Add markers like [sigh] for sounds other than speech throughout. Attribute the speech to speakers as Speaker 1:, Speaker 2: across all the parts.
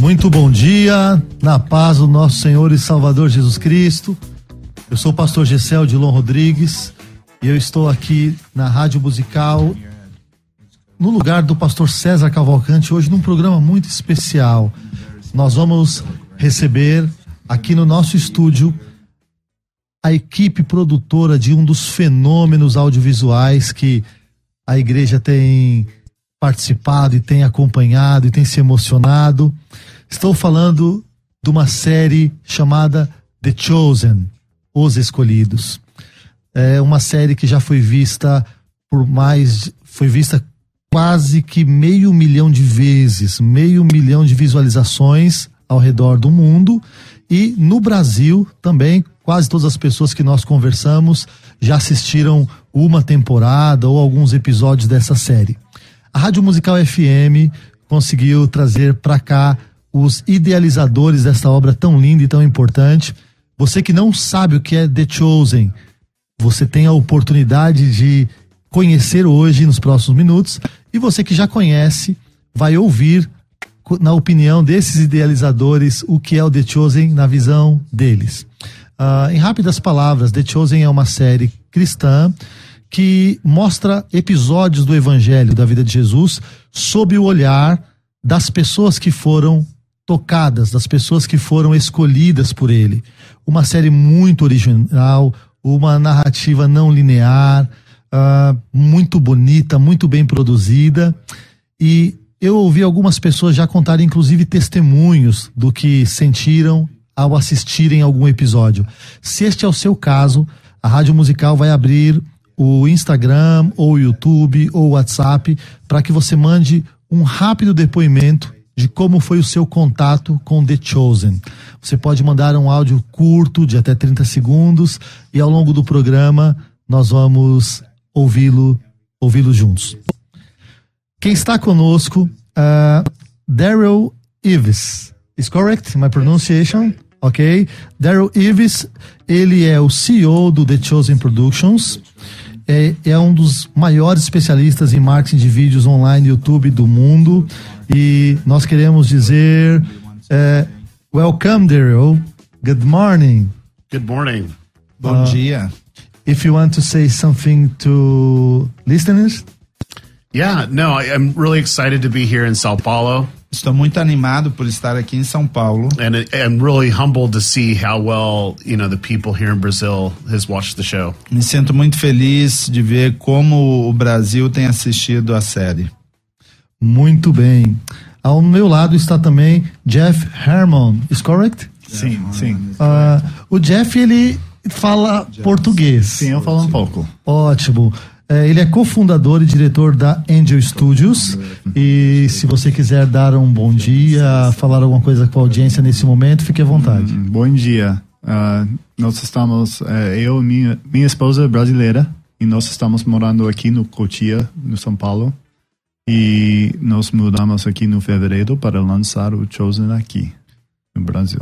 Speaker 1: Muito bom dia, na paz do nosso Senhor e Salvador Jesus Cristo. Eu sou o pastor Gessel Dilon Rodrigues e eu estou aqui na Rádio Musical no lugar do pastor César Cavalcante hoje num programa muito especial. Nós vamos receber aqui no nosso estúdio a equipe produtora de um dos fenômenos audiovisuais que a igreja tem participado e tem acompanhado e tem se emocionado. Estou falando de uma série chamada The Chosen, Os Escolhidos. É uma série que já foi vista por mais, foi vista quase que meio milhão de vezes, meio milhão de visualizações ao redor do mundo e no Brasil também quase todas as pessoas que nós conversamos já assistiram uma temporada ou alguns episódios dessa série. A Rádio Musical FM conseguiu trazer para cá os idealizadores dessa obra tão linda e tão importante. Você que não sabe o que é The Chosen, você tem a oportunidade de conhecer hoje nos próximos minutos. E você que já conhece, vai ouvir co- na opinião desses idealizadores o que é o The Chosen na visão deles. Ah, em rápidas palavras, The Chosen é uma série cristã que mostra episódios do Evangelho da vida de Jesus sob o olhar das pessoas que foram tocadas, das pessoas que foram escolhidas por ele. Uma série muito original, uma narrativa não linear, ah, muito bonita, muito bem produzida. E eu ouvi algumas pessoas já contarem, inclusive, testemunhos do que sentiram ao assistirem algum episódio. Se este é o seu caso, a Rádio Musical vai abrir o Instagram, ou o YouTube, ou o WhatsApp, para que você mande um rápido depoimento de como foi o seu contato com The Chosen. Você pode mandar um áudio curto, de até 30 segundos, e ao longo do programa nós vamos ouvi-lo ouvi-lo juntos. Quem está conosco, ah, Daryl Ives. Is correct my pronunciation? Ok. Daryl Ives, ele é o CEO do The Chosen Productions. É, é um dos maiores especialistas em marketing de vídeos online YouTube do mundo. E nós queremos dizer: eh, Welcome, Daryl. Good morning.
Speaker 2: Good morning.
Speaker 3: Bom
Speaker 1: Ah.
Speaker 3: dia.
Speaker 1: If you want to say something to listeners,
Speaker 2: Yeah, no, I, I'm really excited to be here in Sao Paulo,
Speaker 3: Estou muito animado por estar aqui em São Paulo.
Speaker 2: and I- I'm really humbled to see how well you know the people here in Brazil has watched the show.
Speaker 3: Me sinto muito feliz de ver como o Brasil tem assistido a série.
Speaker 1: Muito bem. Ao meu lado está também Jeff Herman, is correct?
Speaker 4: Sim, sim.
Speaker 1: Ah, o Jeff, ele fala português.
Speaker 4: Sim, eu falo um pouco.
Speaker 1: Ótimo. Eh, ele é cofundador e diretor da Angel Studios. E se você quiser dar um bom dia, falar alguma coisa com a audiência nesse momento, fique à vontade.
Speaker 4: Bom dia. Ah, nós estamos, eh, eu e minha, minha esposa é brasileira e nós estamos morando aqui no Cotia, no São Paulo. E nós mudamos aqui no fevereiro para lançar o Chosen aqui, no Brasil.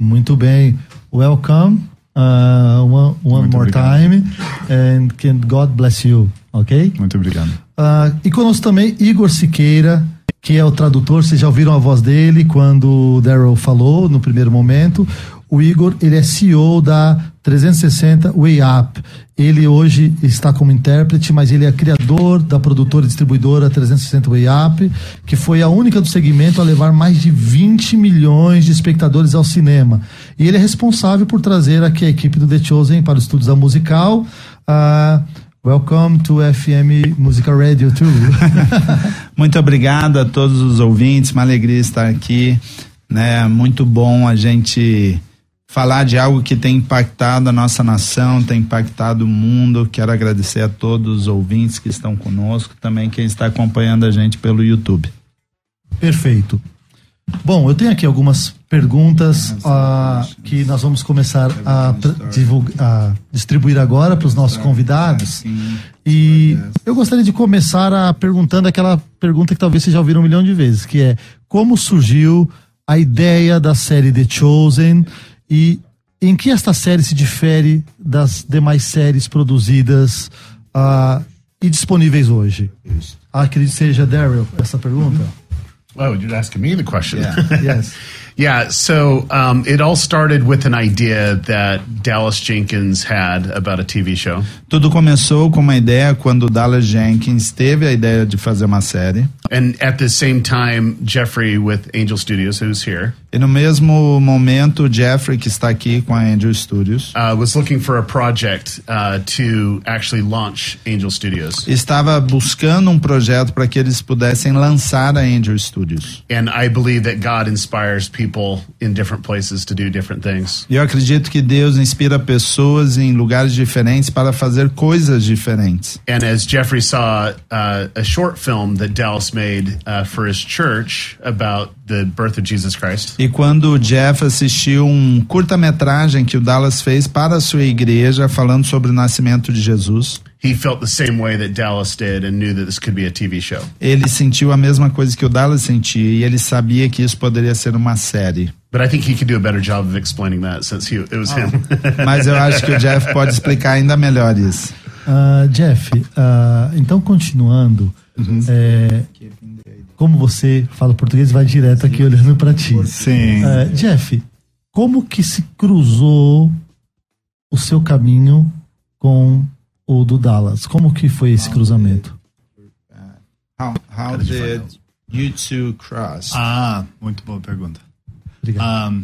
Speaker 1: Muito bem. Welcome. ah, one one
Speaker 4: Muito
Speaker 1: more
Speaker 4: obrigado.
Speaker 1: time. And can God bless you. Ok?
Speaker 4: Muito obrigado.
Speaker 1: Ah, e conosco também Igor Siqueira, que é o tradutor. Vocês já ouviram a voz dele quando o Daryl falou no primeiro momento. O Igor, ele é CEO da 360 Way Up. Ele hoje está como intérprete, mas ele é criador da produtora e distribuidora 360 Way Up, que foi a única do segmento a levar mais de 20 milhões de espectadores ao cinema. E ele é responsável por trazer aqui a equipe do The Chosen para os estudos da musical. Ah, Welcome to FM Musical Radio 2.
Speaker 3: Muito obrigado a todos os ouvintes, uma alegria estar aqui. Né? Muito bom a gente falar de algo que tem impactado a nossa nação, tem impactado o mundo. Quero agradecer a todos os ouvintes que estão conosco, também quem está acompanhando a gente pelo YouTube.
Speaker 1: [laughs] Perfeito. Bom, eu tenho aqui algumas perguntas ah, que nós vamos começar a, pr- divulg- a distribuir agora para os nossos convidados. E eu gostaria de começar a perguntando aquela pergunta que talvez vocês já ouviram um milhão de vezes, que é como surgiu a ideia da série The Chosen e em que esta série se difere das demais séries produzidas ah, e disponíveis hoje? Ah, Acredito que seja Daryl essa pergunta.
Speaker 2: Oh, you're asking me the question.
Speaker 1: [laughs] Yes.
Speaker 2: Yeah, so um, it all started with an idea that Dallas Jenkins had about a TV show.
Speaker 3: Tudo começou com uma ideia quando o Dallas Jenkins teve a ideia de fazer uma série.
Speaker 2: And at the same time, Jeffrey with Angel Studios, who's here,
Speaker 3: E no mesmo momento, o Jeffrey, que está aqui com a Angel Studios,
Speaker 2: uh, was looking for a project uh, to actually launch Angel Studios.
Speaker 3: estava buscando um projeto para que eles pudessem lançar a Angel Studios.
Speaker 2: And I believe that God inspires people in different places to do different things.
Speaker 3: E eu acredito que Deus inspira pessoas em lugares diferentes para fazer coisas diferentes.
Speaker 2: And as Jeffrey saw uh, a short film that Dallas made uh, for his church about the birth of Jesus Christ,
Speaker 3: E quando o Jeff assistiu um curta-metragem que o Dallas fez para a sua igreja, falando sobre o nascimento de Jesus,
Speaker 2: he felt the same way that Dallas did and knew that this could be a TV show.
Speaker 3: ele sentiu a mesma coisa que o Dallas sentia e ele sabia que isso poderia ser uma série.
Speaker 2: But I think he could do a better job of explaining that since he, it was him. [laughs]
Speaker 3: Mas eu acho que o Jeff pode explicar ainda melhor isso.
Speaker 1: Ah, Jeff, ah, então continuando, é, como você fala português, vai direto aqui olhando para ti.
Speaker 4: Sim.
Speaker 1: Ah, Jeff, como que se cruzou o seu caminho com o do Dallas? Como que foi esse cruzamento?
Speaker 3: How, how did you two cross?
Speaker 4: Ah, muito boa pergunta.
Speaker 1: Obrigado.
Speaker 4: Um,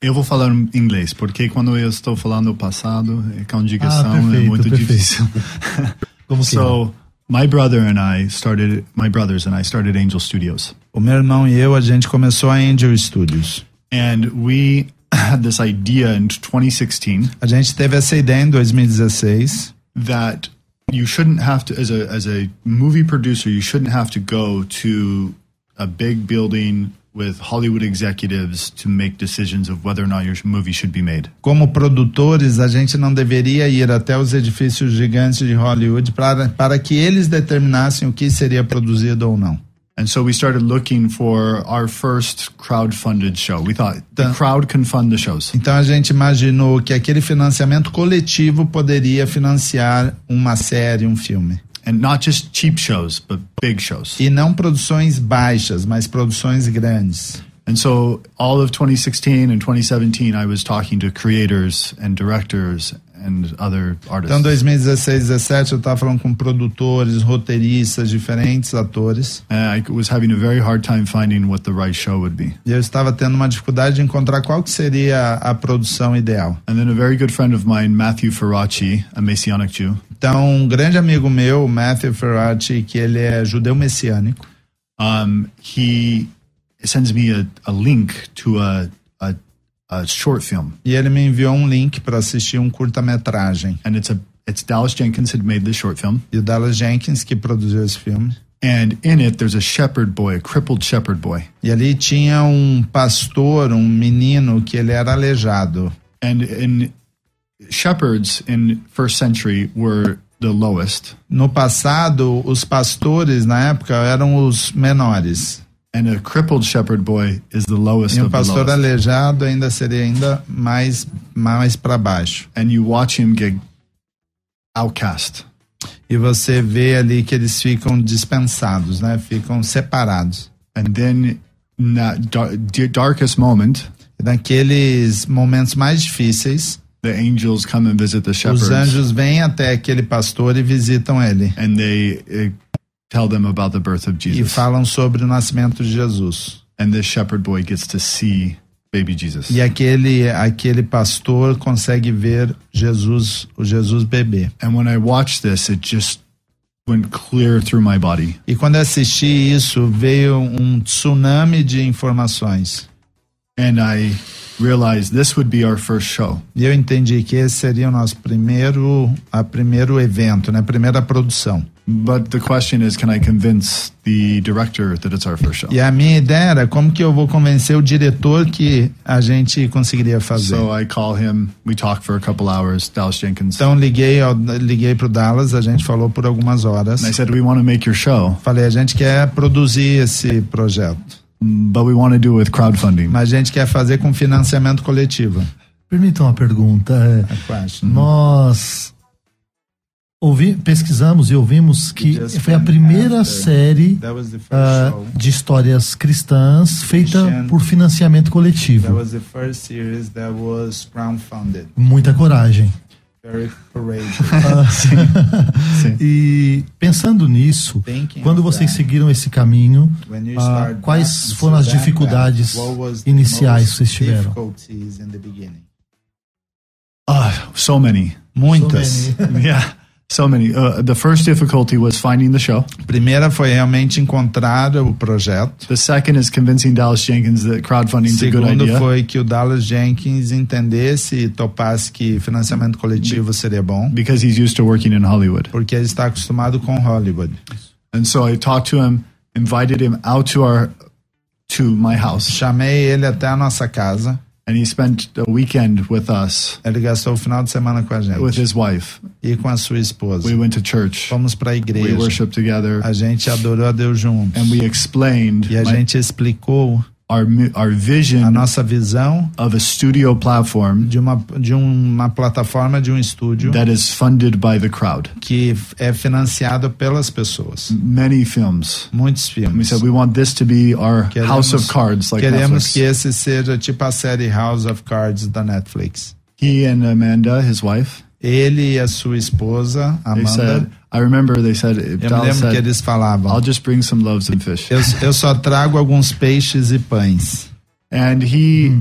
Speaker 4: eu vou falar em inglês, porque quando eu estou falando o passado, é conjugação
Speaker 1: Ah, perfeito,
Speaker 4: é muito
Speaker 1: perfeito.
Speaker 4: difícil.
Speaker 1: [laughs] Como que é?
Speaker 4: so, my brother and I started, my brothers and I started Angel Studios.
Speaker 3: O meu irmão e eu, a gente começou a Angel Studios.
Speaker 4: And we [laughs] had this idea in 2016
Speaker 3: A gente teve essa ideia em 2016.
Speaker 4: that you shouldn't have to, as a, as a movie producer, you shouldn't have to go to a big building with Hollywood executives to make decisions of whether or not your movie should be made.
Speaker 3: Como produtores, a gente não deveria ir até os edifícios gigantes de Hollywood para, para que eles determinassem o que seria produzido ou não.
Speaker 4: And so we started looking for our first crowd-funded show. We thought the crowd can fund the shows.
Speaker 3: Então a gente imaginou que aquele financiamento coletivo poderia financiar uma série, um filme.
Speaker 4: And not just cheap shows, but big shows.
Speaker 3: E não produções baixas, mas produções grandes.
Speaker 4: And so all of 2016 and 2017, I was talking to creators and directors and other
Speaker 3: Então,
Speaker 4: artists.
Speaker 3: 2016, 17, eu estava falando com produtores, roteiristas, diferentes atores.
Speaker 4: And I was having a very hard time finding what the right show would be.
Speaker 3: E eu estava tendo uma dificuldade de encontrar qual que seria a produção ideal.
Speaker 4: And then a very good friend of mine, Matthew Faraci, a Messianic Jew,
Speaker 3: Então, um grande amigo meu, Matthew Ferrati, que ele é judeu messiânico,
Speaker 4: um, he sends me a, a link to a, a, a short film.
Speaker 3: e ele me enviou um link para assistir um curta-metragem.
Speaker 4: and it's a it's Dallas Jenkins had made this short film,
Speaker 3: E o Dallas Jenkins que produziu esse filme.
Speaker 4: and in it there's a shepherd boy, a crippled shepherd boy,
Speaker 3: E ali tinha um pastor, um menino que ele era aleijado.
Speaker 4: and in shepherds in first century were the lowest,
Speaker 3: No passado, os pastores na época eram os menores.
Speaker 4: and a crippled shepherd boy is the lowest
Speaker 3: E um
Speaker 4: of the
Speaker 3: pastor
Speaker 4: lowest.
Speaker 3: aleijado ainda seria ainda mais mais para baixo.
Speaker 4: and you watch him get outcast,
Speaker 3: E você vê ali que eles ficam dispensados, né? Ficam separados.
Speaker 4: and then in that dar- d- darkest moment,
Speaker 3: naqueles momentos mais difíceis,
Speaker 4: the angels come and visit the shepherds,
Speaker 3: os anjos vêm até aquele pastor e visitam ele
Speaker 4: and they eh, tell them about the birth of
Speaker 3: e
Speaker 4: Jesus,
Speaker 3: falam sobre o nascimento de Jesus.
Speaker 4: and this shepherd boy gets to see baby Jesus.
Speaker 3: E aquele aquele pastor consegue ver Jesus, o Jesus bebê.
Speaker 4: And when I watched this, it just went clear through my body.
Speaker 3: E quando eu assisti isso, veio um tsunami de informações.
Speaker 4: and I realized this would be our first show.
Speaker 3: E eu entendi que esse seria o nosso primeiro, a primeiro evento, né? Primeira produção.
Speaker 4: But the question is, can I convince the director that it's our first show?
Speaker 3: E a minha ideia era como que eu vou convencer o diretor que a gente conseguiria fazer.
Speaker 4: So I call him. We talk for a couple hours. Dallas Jenkins. And
Speaker 3: então liguei ao, liguei pro Dallas, a gente falou por algumas horas.
Speaker 4: I said, we want to make your show,
Speaker 3: Falei, a gente quer produzir esse projeto,
Speaker 4: but we want to do it with crowdfunding.
Speaker 3: mas a gente quer fazer com financiamento coletivo. né?
Speaker 1: Permitam uma pergunta. é, Nós ouvi, pesquisamos e ouvimos que
Speaker 3: Just
Speaker 1: foi a
Speaker 3: went
Speaker 1: primeira
Speaker 3: after.
Speaker 1: série
Speaker 3: That was the first
Speaker 1: ah,
Speaker 3: um show.
Speaker 1: de histórias cristãs feita
Speaker 3: Christian.
Speaker 1: por financiamento
Speaker 3: That
Speaker 1: coletivo.
Speaker 3: was the first series that was crowdfunded.
Speaker 1: Muita coragem.
Speaker 3: Very courageous.
Speaker 1: Ah, [laughs] E pensando nisso,
Speaker 3: Thinking
Speaker 1: quando
Speaker 3: of
Speaker 1: vocês
Speaker 3: that.
Speaker 1: seguiram esse caminho,
Speaker 3: When you
Speaker 1: ah,
Speaker 3: start
Speaker 1: quais
Speaker 3: back
Speaker 1: foram
Speaker 3: to
Speaker 1: as
Speaker 3: that path,
Speaker 1: dificuldades
Speaker 3: what was the
Speaker 1: iniciais
Speaker 3: most
Speaker 1: que vocês tiveram?
Speaker 3: difficulties in the beginning?
Speaker 4: Ah, so many.
Speaker 3: [laughs] Muitas.
Speaker 4: yeah, so many. Uh, the first difficulty was finding the show.
Speaker 3: Primeira foi realmente encontrar o projeto.
Speaker 4: The second is convincing Dallas Jenkins that crowdfunding is a good
Speaker 3: Segundo
Speaker 4: idea.
Speaker 3: foi que o Dallas Jenkins entendesse e topasse que financiamento coletivo seria bom,
Speaker 4: Because he's used to working in Hollywood.
Speaker 3: porque ele está acostumado com Hollywood.
Speaker 4: And so I talked to him, invited him out to our to my house,
Speaker 3: Chamei ele até a nossa casa.
Speaker 4: and he spent a weekend with us
Speaker 3: Ele gastou o final de semana com a
Speaker 4: with
Speaker 3: gente
Speaker 4: his wife.
Speaker 3: e com a sua
Speaker 4: We
Speaker 3: esposa.
Speaker 4: went to church.
Speaker 3: Fomos para a
Speaker 4: We
Speaker 3: igreja.
Speaker 4: worshiped together,
Speaker 3: A gente adorou a Deus juntos.
Speaker 4: and we explained
Speaker 3: E a
Speaker 4: my-
Speaker 3: gente explicou
Speaker 4: our mi- our
Speaker 3: a
Speaker 4: vision
Speaker 3: nossa visão
Speaker 4: of a studio platform
Speaker 3: de uma, de uma plataforma, de um estúdio
Speaker 4: that is funded by the crowd.
Speaker 3: que f- é financiado pelas pessoas.
Speaker 4: Many films.
Speaker 3: Muitos
Speaker 4: We
Speaker 3: filmes.
Speaker 4: said we want this to be our
Speaker 3: Queremos-
Speaker 4: House of Cards, like
Speaker 3: Queremos
Speaker 4: Netflix.
Speaker 3: que esse seja tipo a série House of Cards da Netflix.
Speaker 4: He and Amanda, his wife,
Speaker 3: Ele e a sua esposa,
Speaker 4: they
Speaker 3: Amanda,
Speaker 4: said. I remember they said.
Speaker 3: eu me
Speaker 4: Dallas
Speaker 3: lembro que
Speaker 4: said,
Speaker 3: eles falavam.
Speaker 4: I'll just bring some loaves and fish.
Speaker 3: Eu, eu só trago alguns peixes e pães.
Speaker 4: And he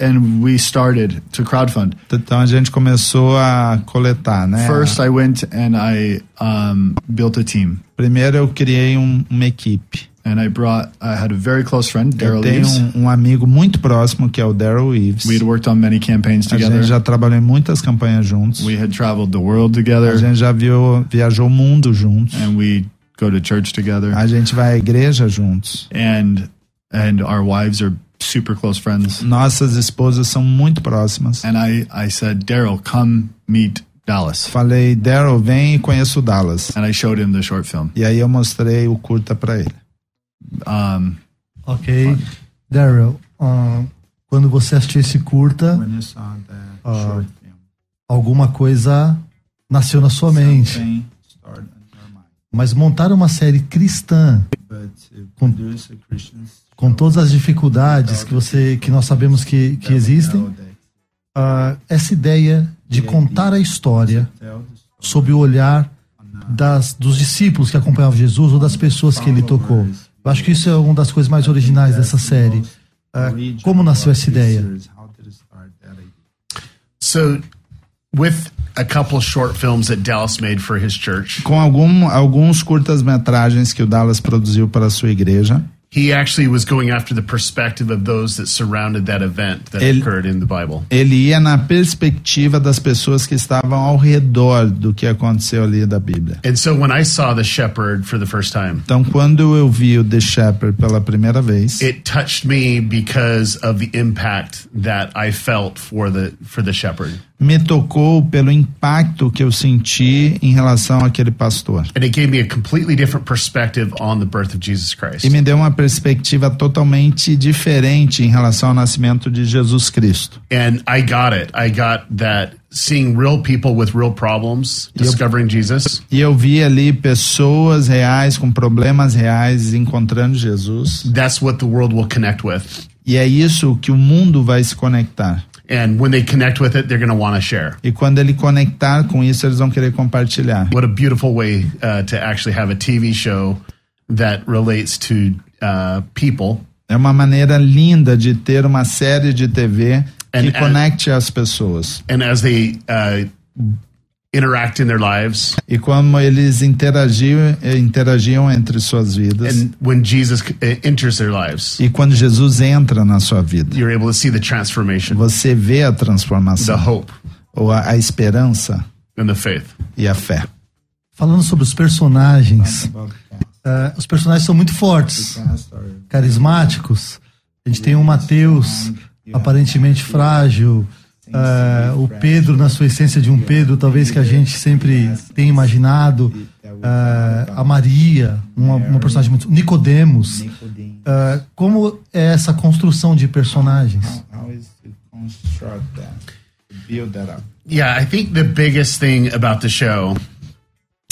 Speaker 4: and we started to crowdfund.
Speaker 3: Então a gente começou a coletar, né?
Speaker 4: First, I went and I um, built a team,
Speaker 3: Primeiro eu criei um- uma equipe.
Speaker 4: and I brought. I had a very close friend,
Speaker 3: Eu
Speaker 4: Daryl
Speaker 3: tenho
Speaker 4: Leaves.
Speaker 3: um, um amigo muito próximo que é o Daryl Eves.
Speaker 4: We had worked on many campaigns
Speaker 3: A gente
Speaker 4: together.
Speaker 3: já trabalhou em muitas campanhas juntos.
Speaker 4: We had traveled the world
Speaker 3: A
Speaker 4: together,
Speaker 3: gente já viu, viajou o mundo juntos.
Speaker 4: and we go to church together.
Speaker 3: A gente vai à igreja juntos.
Speaker 4: And and our wives are super close friends.
Speaker 3: Nossas esposas são muito próximas.
Speaker 4: And I I said, Daryl, come meet Dallas.
Speaker 3: Falei, Daryl, vem e conheço o Dallas.
Speaker 4: And I showed him the short film.
Speaker 3: E aí eu mostrei o curta pra ele.
Speaker 4: Um,
Speaker 1: Ok. Daryl, ah, quando você assistiu esse curta,
Speaker 3: Ah.
Speaker 1: alguma coisa nasceu na sua mente. Mas montar uma série cristã Com- com todas as dificuldades que você que nós sabemos que, que existem, ah, essa ideia de
Speaker 3: é
Speaker 1: contar a história sob o olhar das, dos discípulos que acompanhavam Jesus ou das pessoas que ele tocou. Eu acho que isso é uma das coisas mais originais dessa série. Ah, como nasceu essa ideia?
Speaker 2: So, with a couple short films that Dallas made for his church,
Speaker 3: Com algum, alguns curtas-metragens que o Dallas produziu para a sua igreja,
Speaker 2: he actually was going after the perspective of those that surrounded that event that
Speaker 3: El-
Speaker 2: occurred in the Bible.
Speaker 3: ele ia na perspectiva das pessoas que estavam ao redor do que aconteceu ali da Bíblia.
Speaker 2: And so, when I saw The Shepherd for the first time,
Speaker 3: Então, quando eu vi o The Shepherd pela primeira vez,
Speaker 2: it touched me because of the impact that I felt for the for the shepherd.
Speaker 3: me tocou pelo impacto que eu senti em relação àquele pastor.
Speaker 2: And it gave me a completely different perspective on the birth of Jesus Christ.
Speaker 3: E me deu uma perspectiva totalmente diferente em relação ao nascimento de Jesus Cristo.
Speaker 2: And I got it. I got that seeing real people with real problems discovering Jesus.
Speaker 3: E eu vi ali pessoas reais com problemas reais encontrando Jesus.
Speaker 2: That's what the world will connect with.
Speaker 3: E é isso que o mundo vai se conectar.
Speaker 2: And when they connect with it, they're going to want to share.
Speaker 3: E quando ele conectar com isso, eles vão querer compartilhar.
Speaker 2: What a beautiful way uh, to actually have a TV show that relates to uh, people.
Speaker 3: É uma maneira linda de ter uma série de TV que
Speaker 2: And- and-
Speaker 3: conecte as pessoas.
Speaker 2: And as they uh, interact in their lives.
Speaker 3: E como eles interagiam, eh, interagiam entre suas vidas.
Speaker 2: And when Jesus c- uh, enters their lives,
Speaker 3: E quando Jesus entra na sua vida,
Speaker 2: you're able to see the transformation,
Speaker 3: você vê a
Speaker 2: the
Speaker 3: transformação,
Speaker 2: hope,
Speaker 3: ou a, a esperança
Speaker 2: and the faith.
Speaker 3: e a fé.
Speaker 1: Falando sobre os personagens, eh, os personagens são muito fortes, carismáticos. A gente tem um Mateus aparentemente frágil, eh, o Pedro na sua essência de um Pedro, talvez que a gente sempre tenha imaginado, eh, a Maria, uma, uma personagem muito Nicodemos. Eh, como é essa construção de personagens?
Speaker 2: Yeah, I think the biggest thing about the show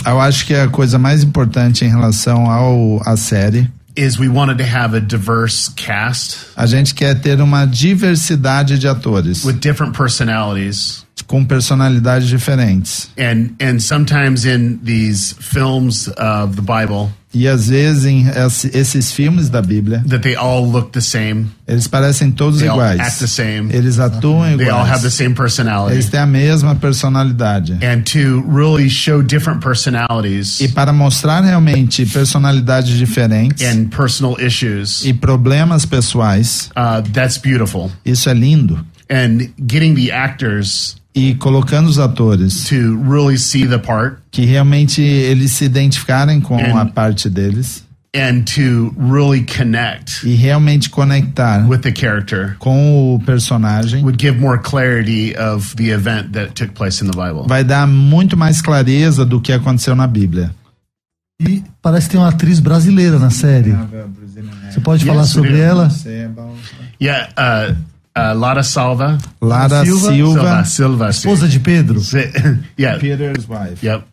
Speaker 3: Eu acho que é a coisa mais importante em relação ao a série,
Speaker 2: is we wanted to have a diverse cast
Speaker 3: a gente quer ter uma diversidade de atores
Speaker 2: with different personalities.
Speaker 3: com personalidades diferentes.
Speaker 2: And and sometimes in these films of the Bible
Speaker 3: E às vezes em esse- esses filmes da Bíblia,
Speaker 2: that they all look the same.
Speaker 3: eles parecem todos
Speaker 2: They all act the
Speaker 3: iguais.
Speaker 2: same.
Speaker 3: Eles atuam
Speaker 2: They all have the
Speaker 3: iguais.
Speaker 2: same personality.
Speaker 3: Eles têm a mesma personalidade.
Speaker 2: And to really show different
Speaker 3: E
Speaker 2: personalities
Speaker 3: para mostrar realmente personalidades diferentes
Speaker 2: and personal issues,
Speaker 3: e problemas pessoais,
Speaker 2: uh, that's beautiful.
Speaker 3: isso é lindo.
Speaker 2: And getting the actors
Speaker 3: E colocando os atores
Speaker 2: to really see the part
Speaker 3: que realmente eles se identificarem com
Speaker 2: And-
Speaker 3: a parte deles
Speaker 2: and to really connect
Speaker 3: e realmente conectar
Speaker 2: with the character
Speaker 3: com o personagem
Speaker 2: would give more clarity of the event that took place in the Bible.
Speaker 3: vai dar muito mais clareza do que aconteceu na Bíblia.
Speaker 1: E parece que tem uma atriz brasileira na série. Você pode falar
Speaker 2: Yes,
Speaker 1: sobre
Speaker 2: it is.
Speaker 1: ela?
Speaker 2: Yeah, uh, uh, Lara Salva.
Speaker 3: Lara
Speaker 1: Silva-
Speaker 3: Silva,
Speaker 2: Silva. Silva.
Speaker 1: Esposa de Pedro,
Speaker 2: Si- [laughs] yeah.
Speaker 3: Peter's wife.
Speaker 2: Yep.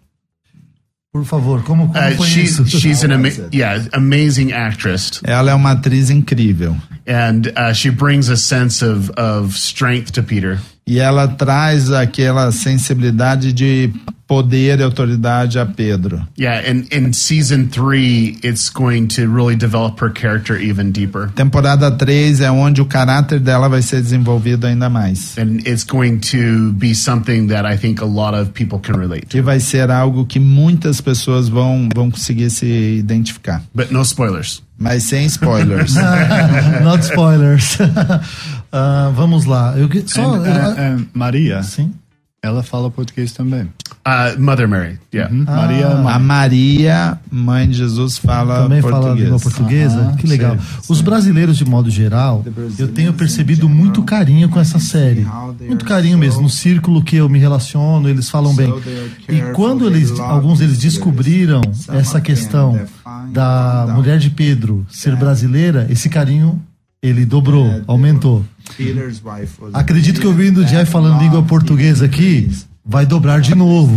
Speaker 1: por favor, como, como
Speaker 2: Uh,
Speaker 1: foi
Speaker 2: she's
Speaker 1: isso?
Speaker 2: she's an
Speaker 3: That's
Speaker 2: ama-
Speaker 3: it.
Speaker 2: yeah amazing actress,
Speaker 3: Ela é uma atriz incrível
Speaker 2: and uh, she brings a sense of of strength to Peter.
Speaker 3: e ela traz aquela sensibilidade de poder e autoridade a Pedro.
Speaker 2: Yeah, and in season three, it's going to really develop her character even deeper,
Speaker 3: Temporada 3 é onde o caráter dela vai ser desenvolvido ainda mais.
Speaker 2: and it's going to be something that I think a lot of people can relate to.
Speaker 3: Que vai ser algo que muitas pessoas vão, vão conseguir se identificar.
Speaker 2: But no spoilers.
Speaker 3: Mas sem
Speaker 4: [laughs]
Speaker 3: spoilers.
Speaker 1: [laughs]
Speaker 4: Ah,
Speaker 1: Not spoilers. [laughs] Ah, vamos lá. Eu que- só.
Speaker 4: And,
Speaker 1: ah,
Speaker 4: eh, eh, Maria,
Speaker 1: sim.
Speaker 4: ela fala português também.
Speaker 2: Uh, Mother Mary. Yeah.
Speaker 4: Maria,
Speaker 3: a Maria, mãe de Jesus, fala
Speaker 1: Também fala a
Speaker 3: Ah, português.
Speaker 1: língua portuguesa?
Speaker 4: Aham,
Speaker 1: que legal.
Speaker 4: sim,
Speaker 1: Os brasileiros, de modo geral, eu tenho percebido muito carinho com essa série. Muito carinho mesmo. No círculo que eu me relaciono, eles falam bem. E quando eles, alguns deles descobriram essa questão da mulher de Pedro ser brasileira, esse carinho ele
Speaker 3: É,
Speaker 1: dobrou, aumentou. Acredito que ouvindo o
Speaker 3: É,
Speaker 1: Jeff falando língua portuguesa aqui, vai dobrar de novo.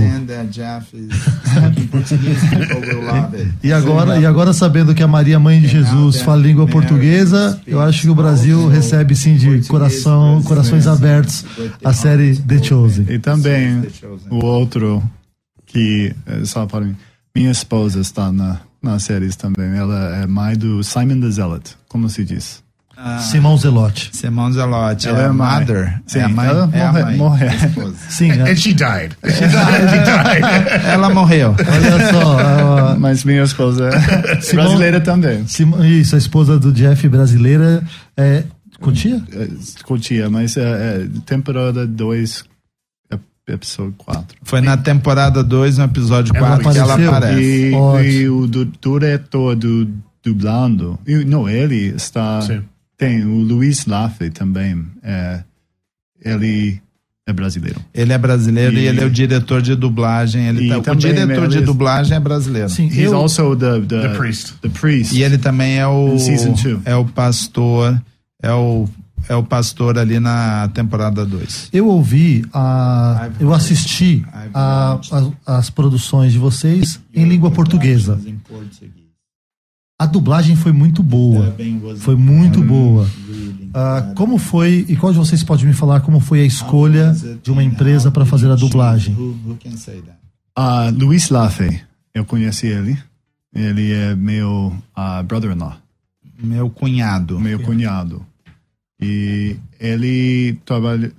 Speaker 1: E agora, e agora sabendo que a Maria Mãe de Jesus fala língua portuguesa, eu acho que o Brasil recebe sim de coração, corações abertos a série The Chosen.
Speaker 4: E também o outro que, eh, só para mim, minha esposa está na, na série também. Ela é mãe do Simon the Zealot, como se diz?
Speaker 1: Simão Zelote.
Speaker 3: Simão Zelote.
Speaker 4: Ela
Speaker 3: é
Speaker 4: é
Speaker 3: a
Speaker 4: mãe.
Speaker 3: mother.
Speaker 4: Sim,
Speaker 3: é a mãe.
Speaker 4: ela
Speaker 3: é a
Speaker 4: morre-
Speaker 3: mãe.
Speaker 4: morre.
Speaker 3: a esposa.
Speaker 1: Sim, é-
Speaker 2: And she died. [laughs] She died. She died. [laughs]
Speaker 3: Ela morreu.
Speaker 1: olha só. a-
Speaker 4: Ah, Mas minha esposa é [laughs] brasileira também.
Speaker 1: Simão- isso, a esposa do Jeff brasileira é. Cotia?
Speaker 4: Eh, Cotia, mas é, é temporada 2, episódio 4.
Speaker 3: Foi na temporada 2, no episódio
Speaker 2: Ela
Speaker 3: 4, que ela
Speaker 1: apareceu?
Speaker 3: aparece.
Speaker 4: E,
Speaker 1: Ótimo.
Speaker 4: e o du- diretor do dublando, e- não, ele está.
Speaker 2: Sim.
Speaker 4: Tem o Luiz Laffe também. É, ele é brasileiro.
Speaker 3: Ele é brasileiro e,
Speaker 4: E-
Speaker 3: ele é o diretor de dublagem. Ele
Speaker 4: E
Speaker 3: tá- o
Speaker 4: também
Speaker 3: diretor de
Speaker 4: ele-
Speaker 3: dublagem é brasileiro.
Speaker 1: Sim,
Speaker 4: He's
Speaker 1: eu,
Speaker 4: also the, the,
Speaker 2: The priest.
Speaker 4: The priest.
Speaker 3: E ele também é o
Speaker 4: In season two.
Speaker 3: é o pastor, é o é o pastor ali na temporada 2.
Speaker 1: eu ouvi, a,
Speaker 3: I've
Speaker 1: eu assisti
Speaker 3: heard. I've
Speaker 1: a, a- as produções de vocês em língua portuguesa. A dublagem foi muito boa. Foi muito boa. Ah, como foi e qual de vocês pode me falar como foi a escolha de uma empresa para fazer a dublagem?
Speaker 4: Ah, Luiz Laffe, eu conheci ele. Ele é meu ah, brother-in-law,
Speaker 3: Meu cunhado.
Speaker 4: meu cunhado. E ele trabalha.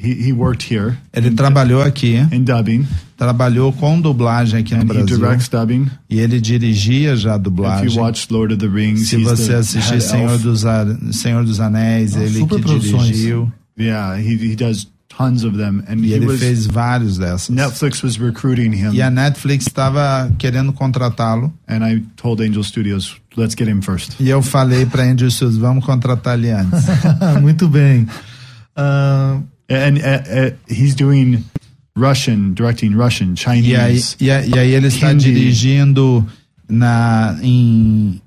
Speaker 4: he, he worked here
Speaker 3: Ele trabalhou aqui,
Speaker 4: in dubbing,
Speaker 3: trabalhou com dublagem aqui no
Speaker 4: and he
Speaker 3: Brasil.
Speaker 4: directs dubbing.
Speaker 3: E ele dirigia já a
Speaker 4: If you
Speaker 3: dublagem.
Speaker 4: watch Lord of the Rings,
Speaker 3: Se
Speaker 4: he's
Speaker 3: você
Speaker 4: the
Speaker 3: assistir
Speaker 4: head
Speaker 3: Senhor
Speaker 4: elf.
Speaker 3: dos, Ar- Senhor dos Anéis,
Speaker 1: Não,
Speaker 3: ele que
Speaker 1: superproduções.
Speaker 3: dirigiu.
Speaker 4: yeah, he he does tons of them, and
Speaker 3: E
Speaker 4: he
Speaker 3: ele
Speaker 4: was
Speaker 3: fez vários dessas.
Speaker 4: Netflix was recruiting him,
Speaker 3: E a Netflix estava querendo contratá-lo.
Speaker 4: and I told Angel Studios, let's get him first.
Speaker 3: E eu falei pra Andrew Studios, vamos contratar ele antes.
Speaker 1: [laughs] Muito bem. Ah,
Speaker 4: And uh, uh, he's doing Russian, directing Russian,
Speaker 3: E aí,
Speaker 4: Chinese.
Speaker 3: e, aí- e aí ele está
Speaker 4: Hindi.
Speaker 3: dirigindo na, em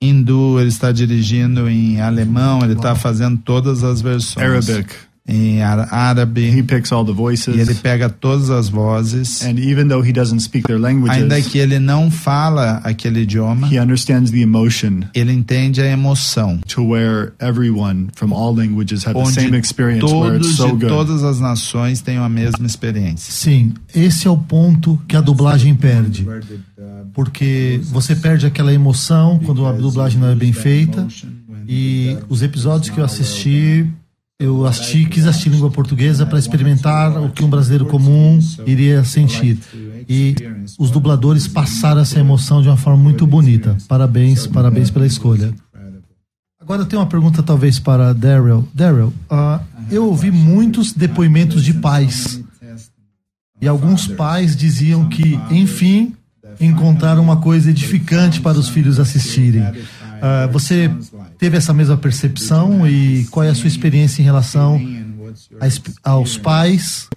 Speaker 3: hindu, ele está dirigindo em alemão, ele está fazendo todas as versões.
Speaker 4: Arabic.
Speaker 3: Em á-
Speaker 4: He
Speaker 3: árabe.
Speaker 4: picks all the
Speaker 3: E ele
Speaker 4: voices,
Speaker 3: pega todas as vozes.
Speaker 4: and even though he doesn't speak their
Speaker 3: Ainda
Speaker 4: languages,
Speaker 3: que ele não fala aquele idioma,
Speaker 4: he understands the emotion
Speaker 3: ele entende a emoção.
Speaker 4: to where everyone from all languages have the
Speaker 3: Onde
Speaker 4: same experience where
Speaker 3: todos
Speaker 4: it's so
Speaker 3: de
Speaker 4: good.
Speaker 3: todas as nações têm a mesma experiência.
Speaker 1: sim, esse é o ponto que a dublagem perde. Porque você perde aquela emoção quando a dublagem não é bem feita. E os episódios que eu assisti, eu assisti, quis assistir em língua portuguesa para experimentar o que um brasileiro comum iria sentir. E os dubladores passaram essa emoção de uma forma muito bonita. Parabéns, parabéns pela escolha. Agora eu tenho uma pergunta talvez para Daryl. Daryl, ah, eu ouvi muitos depoimentos de pais e alguns pais diziam que, enfim, encontraram uma coisa edificante para os filhos assistirem. Ah, você teve essa mesma percepção e qual é a sua experiência em relação a esp- aos pais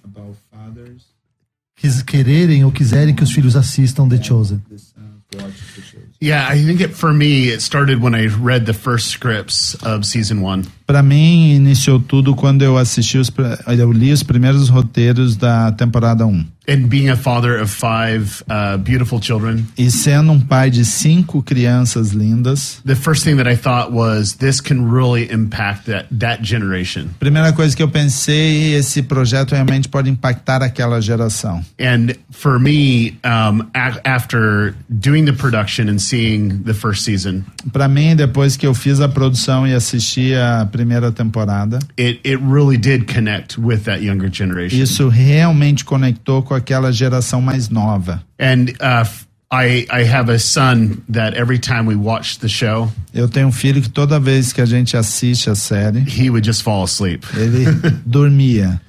Speaker 1: que quererem ou quiserem que os filhos assistam The Chosen?
Speaker 2: Yeah, I think it for me it started when I read the first scripts of season one.
Speaker 3: Pra mim, iniciou tudo quando eu assisti os, pr- eu li os primeiros roteiros da temporada 1.
Speaker 2: And being a father of five uh, beautiful children,
Speaker 3: E sendo um pai de cinco crianças lindas,
Speaker 2: the first thing that I thought was this can really impact that that generation.
Speaker 3: primeira coisa que eu pensei, esse projeto realmente pode impactar aquela geração.
Speaker 2: And for me, um, a- after doing the production and seeing the first season,
Speaker 3: Pra mim, depois que eu fiz a produção e assisti a primeira temporada,
Speaker 2: it it really did connect with that younger generation.
Speaker 3: isso realmente conectou com aquela geração mais nova.
Speaker 2: And uh, f- I I have a son that every time we watched the show,
Speaker 3: Eu tenho um filho que toda vez que a gente assiste a série,
Speaker 2: he would just fall asleep.
Speaker 3: ele dormia.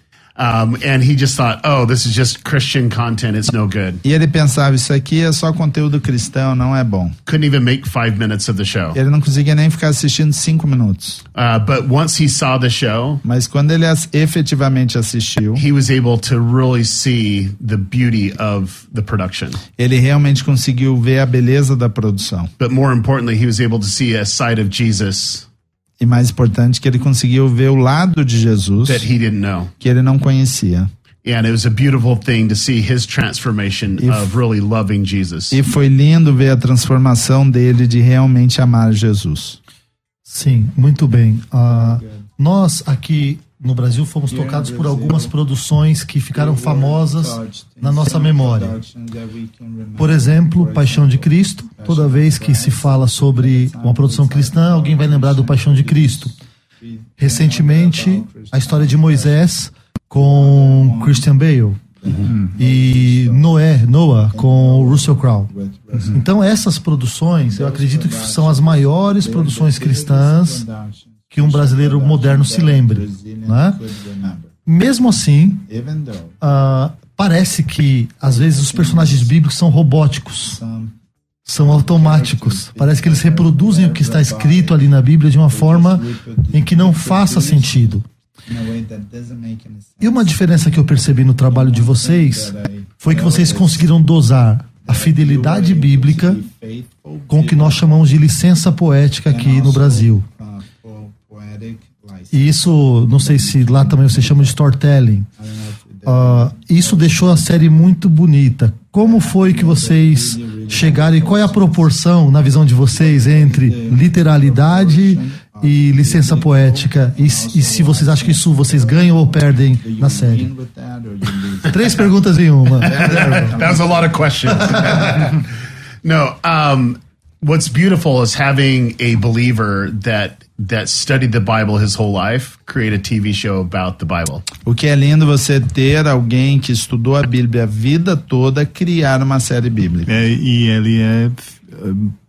Speaker 2: Um, and he just thought, oh, this is just Christian content. It's no good.
Speaker 3: E ele pensava, isso aqui é só conteúdo cristão, não é bom.
Speaker 2: Couldn't even make five minutes of the show.
Speaker 3: Ele não conseguia nem ficar assistindo cinco minutos.
Speaker 2: Uh, but once he saw the show,
Speaker 3: Mas quando ele as- efetivamente assistiu,
Speaker 2: he was able to really see the beauty of the production.
Speaker 3: ele realmente conseguiu ver a beleza da produção.
Speaker 2: But more importantly, he was able to see a side of Jesus
Speaker 3: E mais importante, que ele conseguiu ver o lado de Jesus
Speaker 2: that he didn't know.
Speaker 3: que ele não conhecia.
Speaker 2: And it was a beautiful thing to see his transformation
Speaker 3: If-
Speaker 2: of really loving Jesus.
Speaker 3: E foi lindo ver a transformação dele de realmente amar Jesus.
Speaker 1: Sim, muito bem. Ah, nós aqui no Brasil fomos tocados por algumas produções que ficaram famosas na nossa memória.
Speaker 3: né,
Speaker 1: Por exemplo, Paixão de Cristo. Toda vez que se fala sobre uma produção cristã, alguém vai lembrar do Paixão de Cristo. Recentemente, a história de Moisés com Christian Bale e Noé, Noah com Russell Crowe. Então essas produções, eu acredito que são as maiores produções cristãs que um brasileiro moderno se lembre, né? Mesmo assim, ah, parece que às vezes os personagens bíblicos são robóticos, são automáticos. Parece que eles reproduzem o que está escrito ali na Bíblia de uma forma em que não faça sentido. E uma diferença que eu percebi no trabalho de vocês foi que vocês conseguiram dosar a fidelidade bíblica com o que nós chamamos de licença poética aqui no Brasil. E isso, não sei se lá também você chama de storytelling. Ah, isso deixou a série muito bonita. Como foi que vocês chegaram e qual é a proporção, na visão de vocês, entre literalidade e licença poética? E, se- e se vocês acham que isso vocês ganham ou perdem na série?
Speaker 3: [laughs]
Speaker 1: Três perguntas em uma.
Speaker 2: [laughs] That was a lot of [laughs] questions. no, um, what's beautiful is having a believer that that studied the Bible his whole life create a TV show about the Bible.
Speaker 3: O que é lindo você ter alguém que estudou a Bíblia a vida toda criar uma série bíblica.
Speaker 4: É, e ele é eh,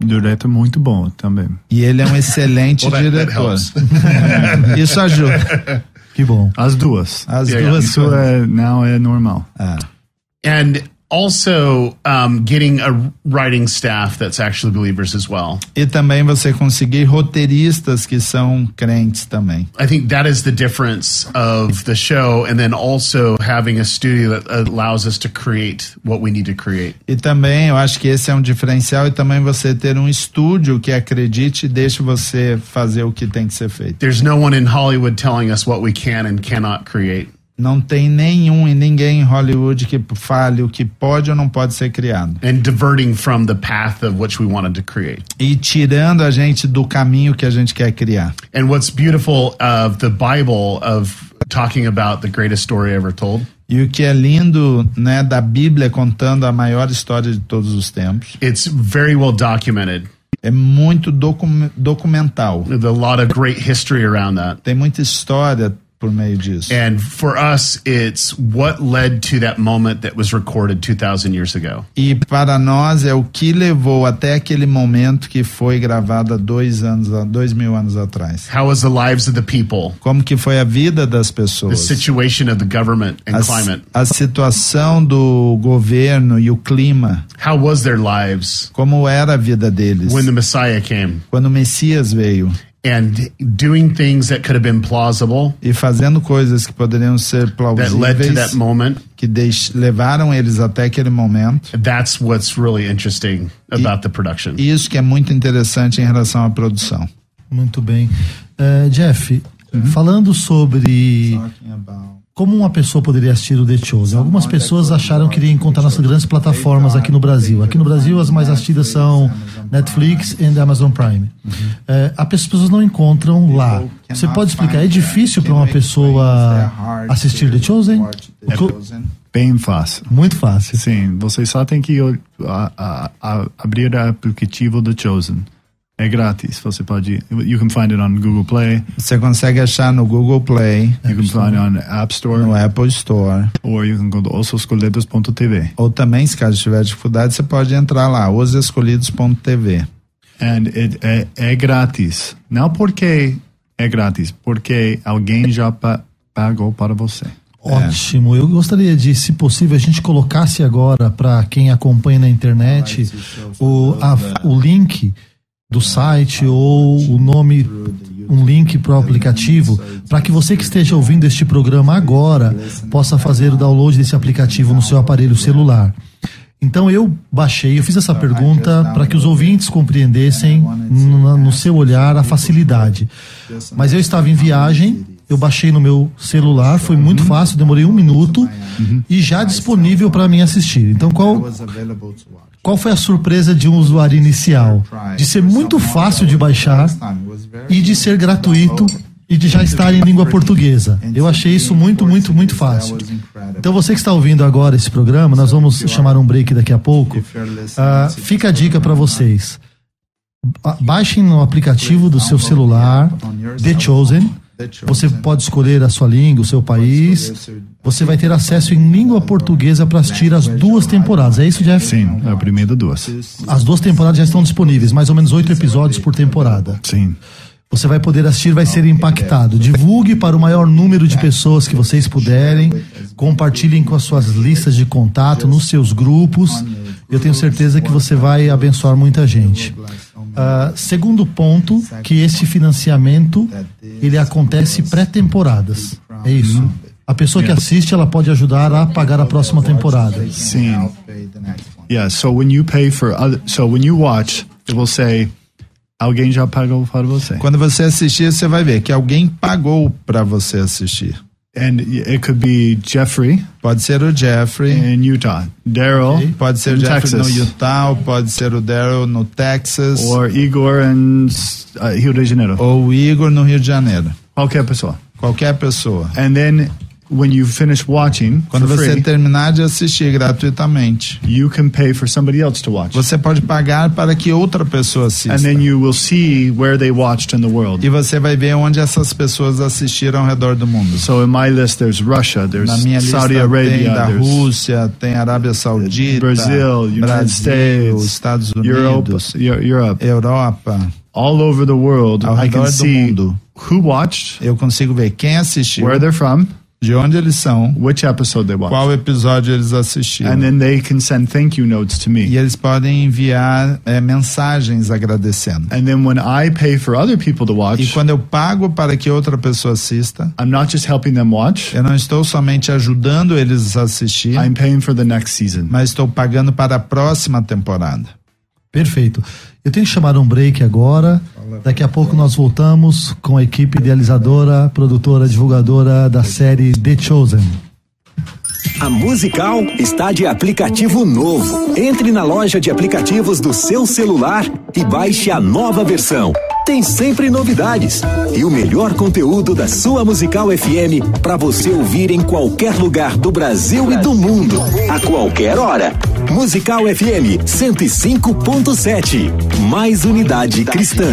Speaker 4: direto muito bom também.
Speaker 3: E ele é um excelente
Speaker 4: [laughs]
Speaker 2: Well, that- that
Speaker 3: diretor.
Speaker 2: helps.
Speaker 3: [laughs] Isso ajuda.
Speaker 1: Que bom.
Speaker 4: As duas.
Speaker 3: As
Speaker 2: Yeah,
Speaker 3: duas
Speaker 4: Isso
Speaker 3: coisas.
Speaker 4: é, não é normal.
Speaker 2: And also um, getting a writing staff that's actually believers as well.
Speaker 3: E também você conseguir roteiristas que são crentes também.
Speaker 2: I think that is the difference of the show, and then also having a studio that allows us to create what we need to create.
Speaker 3: E também eu acho que esse é um diferencial e também você ter um estúdio que acredite e deixe você fazer o que tem que ser feito.
Speaker 2: There's no one in Hollywood telling us what we can and cannot create.
Speaker 3: Não tem nenhum e ninguém em Hollywood que fale o que pode ou não pode ser criado.
Speaker 2: and diverting from the path of which we wanted to create.
Speaker 3: E tirando a gente do caminho que a gente quer criar.
Speaker 2: And what's beautiful of the Bible of talking about the greatest story ever told
Speaker 3: E o que é lindo, né, da Bíblia contando a maior história de todos os tempos,
Speaker 2: it's very well documented.
Speaker 3: é muito docu- documental.
Speaker 2: There's a lot of great history around that.
Speaker 3: Tem muita história por meio disso.
Speaker 2: And for us, it's what led to that moment that was recorded 2,000 years ago.
Speaker 3: E para nós é o que levou até aquele momento que foi gravada dois anos, a- dois mil anos atrás.
Speaker 2: How was the lives of the people,
Speaker 3: Como que foi a vida das
Speaker 2: the
Speaker 3: pessoas?
Speaker 2: situation of the government and
Speaker 3: a,
Speaker 2: climate?
Speaker 3: a situação do governo e o clima,
Speaker 2: How was their lives
Speaker 3: como era a vida deles
Speaker 2: when the Messiah came?
Speaker 3: quando o Messias veio
Speaker 2: And doing things that could have been plausible
Speaker 3: e fazendo coisas que poderiam ser
Speaker 2: that led to that
Speaker 3: plausíveis
Speaker 2: moment.
Speaker 3: que deix- levaram eles até aquele momento.
Speaker 2: that's what's really interesting about the production.
Speaker 3: E Isso que é muito interessante em relação à produção.
Speaker 1: Muito bem. Eh, Jeff, falando sobre como uma pessoa poderia assistir o The Chosen. Algumas pessoas acharam que iria encontrar nas grandes plataformas aqui no Brasil. Aqui no Brasil, as mais assistidas são Netflix e Amazon Prime. Eh, as pessoas não encontram lá. Você pode explicar? É difícil para uma pessoa assistir The Chosen?
Speaker 3: É
Speaker 1: O co-
Speaker 4: Bem fácil.
Speaker 1: Muito fácil.
Speaker 4: Sim, você só tem que ó, a- a- a- abrir o aplicativo do Chosen. É grátis. Você pode. You can find it on Google Play.
Speaker 3: Você consegue achar no Google Play,
Speaker 4: You can find it on
Speaker 3: né,
Speaker 4: App Store.
Speaker 3: no Apple Store,
Speaker 4: Or you can go to ososcolhedos.tv.
Speaker 3: ou também, se caso tiver dificuldade, você pode entrar lá, osescolhidos.tv.
Speaker 4: And it, é, é grátis. Não porque é grátis, porque alguém já pa- pagou para você.
Speaker 1: Ótimo. Eu gostaria de, se possível, a gente colocasse agora para quem acompanha na internet o, a- o link do site ou o nome, um link para o aplicativo, para que você que esteja ouvindo este programa agora possa fazer o download desse aplicativo no seu aparelho celular. Então eu baixei, eu fiz essa pergunta para que os ouvintes compreendessem no, no seu olhar a facilidade. Mas eu estava em viagem, eu baixei no meu celular, foi muito fácil, demorei um minuto e já disponível para mim assistir. Então qual, qual foi a surpresa de um usuário inicial? De ser muito fácil de baixar e de ser gratuito e de já estar em língua portuguesa. Eu achei isso muito, muito, muito fácil. Então você que está ouvindo agora esse programa, nós vamos chamar um break daqui a pouco. Ah, fica a dica para vocês. Ba- Baixem no aplicativo do seu celular The Chosen. Você pode escolher a sua língua, o seu país. Você vai ter acesso em língua portuguesa para assistir as duas temporadas. É isso, Jeff?
Speaker 4: Sim, é a primeira duas.
Speaker 1: As duas temporadas já estão disponíveis, mais ou menos oito episódios por temporada.
Speaker 4: Sim.
Speaker 1: Você vai poder assistir, vai ser impactado. Divulgue para o maior número de pessoas que vocês puderem. Compartilhem com as suas listas de contato, nos seus grupos. Eu tenho certeza que você vai abençoar muita gente. Ah, segundo ponto, que esse financiamento ele acontece pré-temporadas. É isso. A pessoa que assiste, ela pode ajudar a pagar a próxima temporada.
Speaker 4: Sim. Yeah, so when you pay for other, so when you watch, it will say alguém já pagou para você.
Speaker 3: Quando você assistir, você vai ver que alguém pagou para você assistir.
Speaker 4: And it could be Jeffrey
Speaker 3: Pode ser o Jeffrey,
Speaker 4: in Utah, Daryl
Speaker 3: pode ser o
Speaker 4: in
Speaker 3: Jeffrey
Speaker 4: Texas,
Speaker 3: no Utah, pode ser o Daryl no Texas,
Speaker 4: or Igor in uh, Rio de Janeiro.
Speaker 5: Oh.
Speaker 3: ou o Igor no Rio de Janeiro.
Speaker 4: Qualquer pessoa.
Speaker 3: Qualquer pessoa.
Speaker 4: And then when you finish watching É, for
Speaker 5: Quando você
Speaker 4: free,
Speaker 5: terminar de assistir gratuitamente,
Speaker 4: you can pay for somebody else to watch.
Speaker 5: você pode pagar para que outra pessoa
Speaker 4: And
Speaker 5: assista.
Speaker 4: then you will see where they watched in the world.
Speaker 5: E você vai ver onde essas pessoas assistiram ao redor do mundo.
Speaker 4: So in my list, there's Russia,
Speaker 5: Na
Speaker 4: there's
Speaker 5: minha lista
Speaker 4: Saudi
Speaker 5: tem
Speaker 4: Arabia,
Speaker 5: da
Speaker 4: there's
Speaker 5: Rússia, tem Arábia Saudita,
Speaker 4: Brazil, United
Speaker 5: Brasil,
Speaker 4: States,
Speaker 5: Estados
Speaker 4: Europe,
Speaker 5: Unidos,
Speaker 4: Eu- Europe.
Speaker 5: Europa.
Speaker 4: All over the world,
Speaker 5: Ao
Speaker 4: I can
Speaker 5: redor do
Speaker 4: see
Speaker 5: mundo.
Speaker 4: who watched,
Speaker 5: Eu consigo ver quem assistiu,
Speaker 4: where they're from,
Speaker 5: de onde eles são,
Speaker 4: which episode they watched.
Speaker 5: qual episódio eles assistiram.
Speaker 4: And then they can send thank you notes to me.
Speaker 5: E eles podem enviar eh, mensagens agradecendo.
Speaker 4: And then when I pay for other people to
Speaker 5: E
Speaker 4: watch,
Speaker 5: quando eu pago para que outra pessoa assista,
Speaker 4: I'm not just helping them watch,
Speaker 5: eu não estou somente ajudando eles a assistir,
Speaker 4: I'm paying for the next season.
Speaker 5: mas estou pagando para a próxima temporada.
Speaker 1: Perfeito. Eu tenho que chamar um break agora. Daqui a pouco nós voltamos com a equipe idealizadora, produtora, divulgadora da série The Chosen.
Speaker 6: A Musical está de aplicativo novo. Entre na loja de aplicativos do seu celular e baixe a nova versão. Tem sempre novidades e o melhor conteúdo da sua Musical FM para você ouvir em qualquer lugar do Brasil e do mundo, a qualquer hora. Musical FM 105.7. Mais unidade cristã.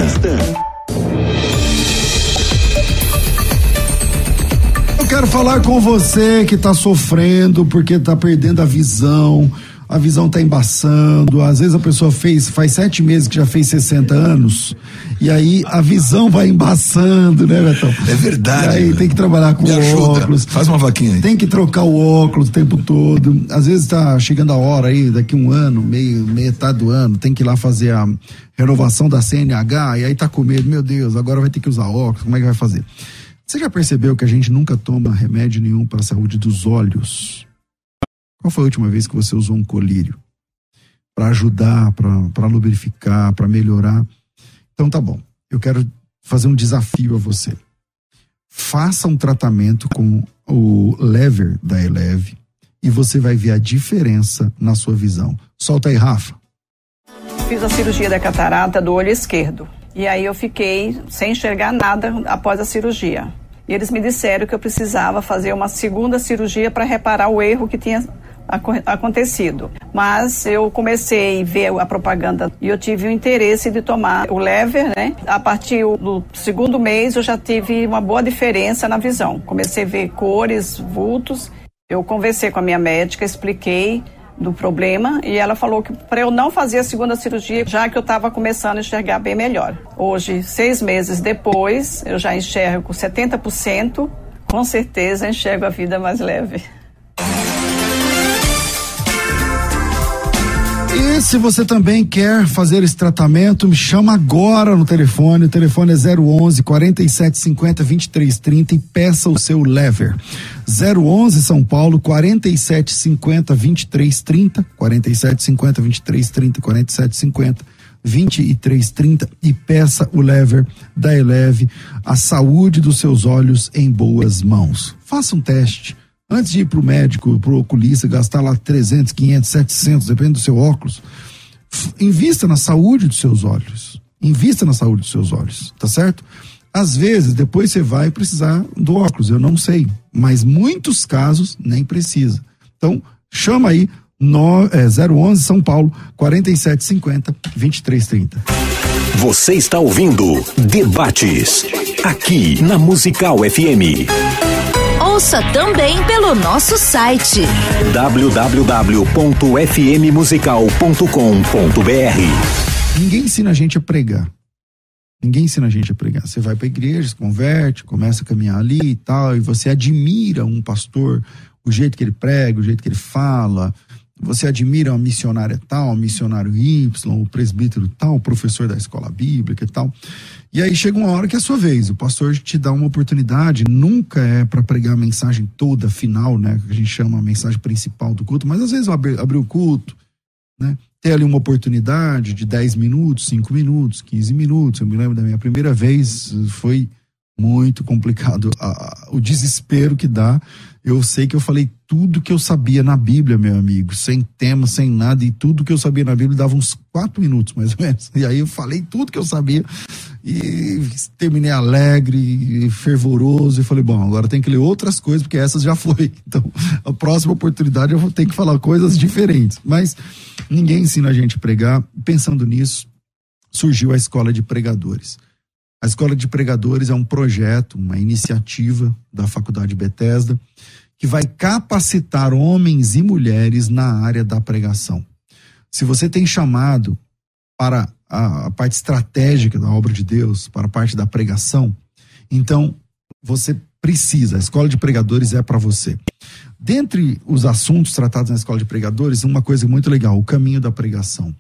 Speaker 3: Eu quero falar com você que tá sofrendo porque tá perdendo a visão. A visão tá embaçando. Às vezes a pessoa fez, faz sete meses que já fez 60 anos. E aí a visão vai embaçando, né, Betão?
Speaker 7: É verdade,
Speaker 3: E aí
Speaker 7: né?
Speaker 3: tem que trabalhar com
Speaker 7: Me ajuda.
Speaker 3: óculos.
Speaker 7: Faz uma vaquinha aí.
Speaker 3: Tem que trocar o óculos o tempo todo. Às vezes tá chegando a hora aí, daqui um ano, meio, metade do ano, tem que ir lá fazer a renovação da CNH e aí tá com medo, meu Deus, agora vai ter que usar óculos, como é que vai fazer? Você já percebeu que a gente nunca toma remédio nenhum para a saúde dos olhos? Qual foi a última vez que você usou um colírio? Para ajudar, para lubrificar, para melhorar. Então tá bom. Eu quero fazer um desafio a você faça um tratamento com o lever da Eleve e você vai ver a diferença na sua visão. Solta aí, Rafa.
Speaker 8: Fiz a cirurgia da catarata do olho esquerdo. E aí eu fiquei sem enxergar nada após a cirurgia. E eles me disseram que eu precisava fazer uma segunda cirurgia para reparar o erro que tinha aco- acontecido. Mas eu comecei a ver a propaganda e eu tive o interesse de tomar o lever, né? A partir do segundo mês eu já tive uma boa diferença na visão. Comecei a ver cores, vultos. Eu conversei com a minha médica, expliquei do problema e ela falou que para eu não fazer a segunda cirurgia, já que eu estava começando a enxergar bem melhor. Hoje, seis meses depois, eu já enxergo com 70%, com certeza enxergo a vida mais leve.
Speaker 3: E se você também quer fazer esse tratamento, me chama agora no telefone. O telefone é 011 4750 2330 e peça o seu lever. 011 São Paulo 4750 2330 4750 2330 4750 2330 e peça o lever da Eleve. A saúde dos seus olhos em boas mãos. Faça um teste. Antes de ir pro médico, pro oculista, gastar lá 300, 500, 700, depende do seu óculos, f- invista na saúde dos seus olhos. Invista na saúde dos seus olhos, tá certo? Às vezes, depois você vai precisar do óculos, eu não sei. Mas muitos casos nem precisa. Então, chama aí no, é, 011 São Paulo 4750 2330.
Speaker 6: Você está ouvindo Debates aqui na Musical FM.
Speaker 9: Ouça também pelo nosso site
Speaker 6: www.fmmusical.com.br
Speaker 3: Ninguém ensina a gente a pregar. Ninguém ensina a gente a pregar. Você vai para igreja, se converte, começa a caminhar ali e tal, e você admira um pastor, o jeito que ele prega, o jeito que ele fala. Você admira uma missionária tal, um missionário Y, o presbítero tal, o professor da escola bíblica e tal. E aí chega uma hora que é a sua vez. O pastor te dá uma oportunidade. Nunca é para pregar a mensagem toda, final, né? Que a gente chama a mensagem principal do culto, mas às vezes abrir abrir o culto, né? Ter ali uma oportunidade de 10 minutos, 5 minutos, 15 minutos. Eu me lembro da minha primeira vez, foi muito complicado. A- a- o desespero que dá. Eu sei que eu falei tudo que eu sabia na Bíblia, meu amigo, sem tema, sem nada, e tudo que eu sabia na Bíblia dava uns 4 minutos mais ou menos. E aí eu falei tudo que eu sabia. E terminei alegre, e fervoroso, e falei, bom, agora tem que ler outras coisas, porque essas já foi. [laughs] Então, a próxima oportunidade eu vou ter que falar coisas diferentes. Mas ninguém ensina a gente a pregar. Pensando nisso, surgiu a Escola de Pregadores. A Escola de Pregadores é um projeto, uma iniciativa da Faculdade Bethesda, que vai capacitar homens e mulheres na área da pregação. Se você tem chamado para a, a parte estratégica da obra de Deus, para a parte da pregação, então você precisa, a Escola de Pregadores é para você. Dentre os assuntos tratados na Escola de Pregadores, uma coisa muito legal, o caminho da pregação.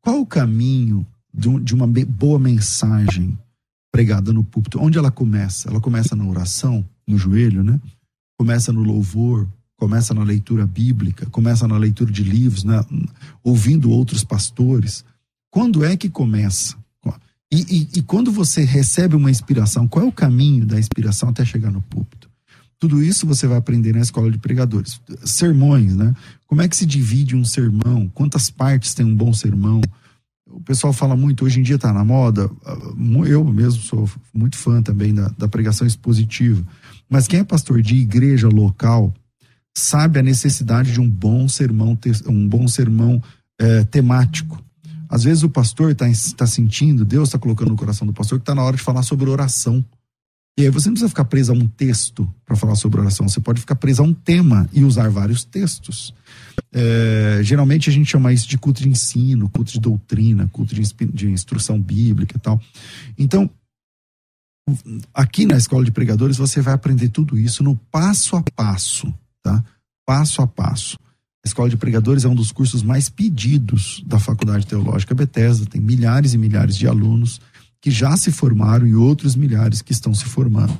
Speaker 3: Qual o caminho de, um- de uma be- boa mensagem pregada no púlpito? Onde ela começa? Ela começa na oração, no joelho, né? Começa no louvor, começa na leitura bíblica, começa na leitura de livros, né? ouvindo outros pastores. Quando é que começa? E, e- e quando você recebe uma inspiração, qual é o caminho da inspiração até chegar no púlpito? Tudo isso você vai aprender na escola de pregadores. Sermões, né? Como é que se divide um sermão? Quantas partes tem um bom sermão? O pessoal fala muito, hoje em dia está na moda, ah, mu- eu mesmo sou muito fã também da, da pregação expositiva. Mas quem é pastor de igreja local sabe a necessidade de um bom sermão, te- um bom sermão eh, temático. Às vezes o pastor está sentindo, Deus está colocando no coração do pastor que está na hora de falar sobre oração. E aí você não precisa ficar preso a um texto para falar sobre oração, você pode ficar preso a um tema e usar vários textos. É, geralmente a gente chama isso de culto de ensino, culto de doutrina, culto de, inspi- de instrução bíblica e tal. Então, aqui na Escola de Pregadores você vai aprender tudo isso no passo a passo, tá? Passo a passo. A Escola de Pregadores é um dos cursos mais pedidos da Faculdade Teológica Bethesda, tem milhares e milhares de alunos que já se formaram e outros milhares que estão se formando.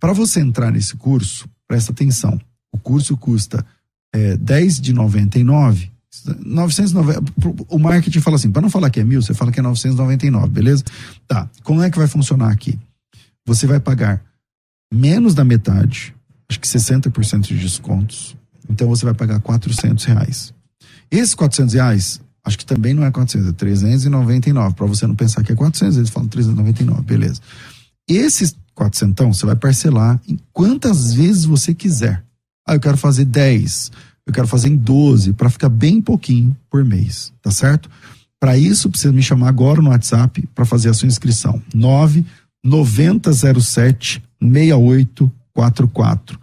Speaker 3: Para você entrar nesse curso, presta atenção. O curso custa é, 10 de 99, 990, o marketing fala assim, para não falar que é mil, você fala que é 999, beleza? Tá, como é que vai funcionar aqui? Você vai pagar menos da metade, acho que 60% de descontos, então você vai pagar 400 reais. Esses 400 reais, acho que também não é 400, é 399, para você não pensar que é 400, eles falam 399, beleza. Esses 400, você vai parcelar em quantas vezes você quiser. Ah, eu quero fazer 10, eu quero fazer em 12, para ficar bem pouquinho por mês, tá certo? Para isso, precisa me chamar agora no WhatsApp para fazer a sua inscrição. 99007 6844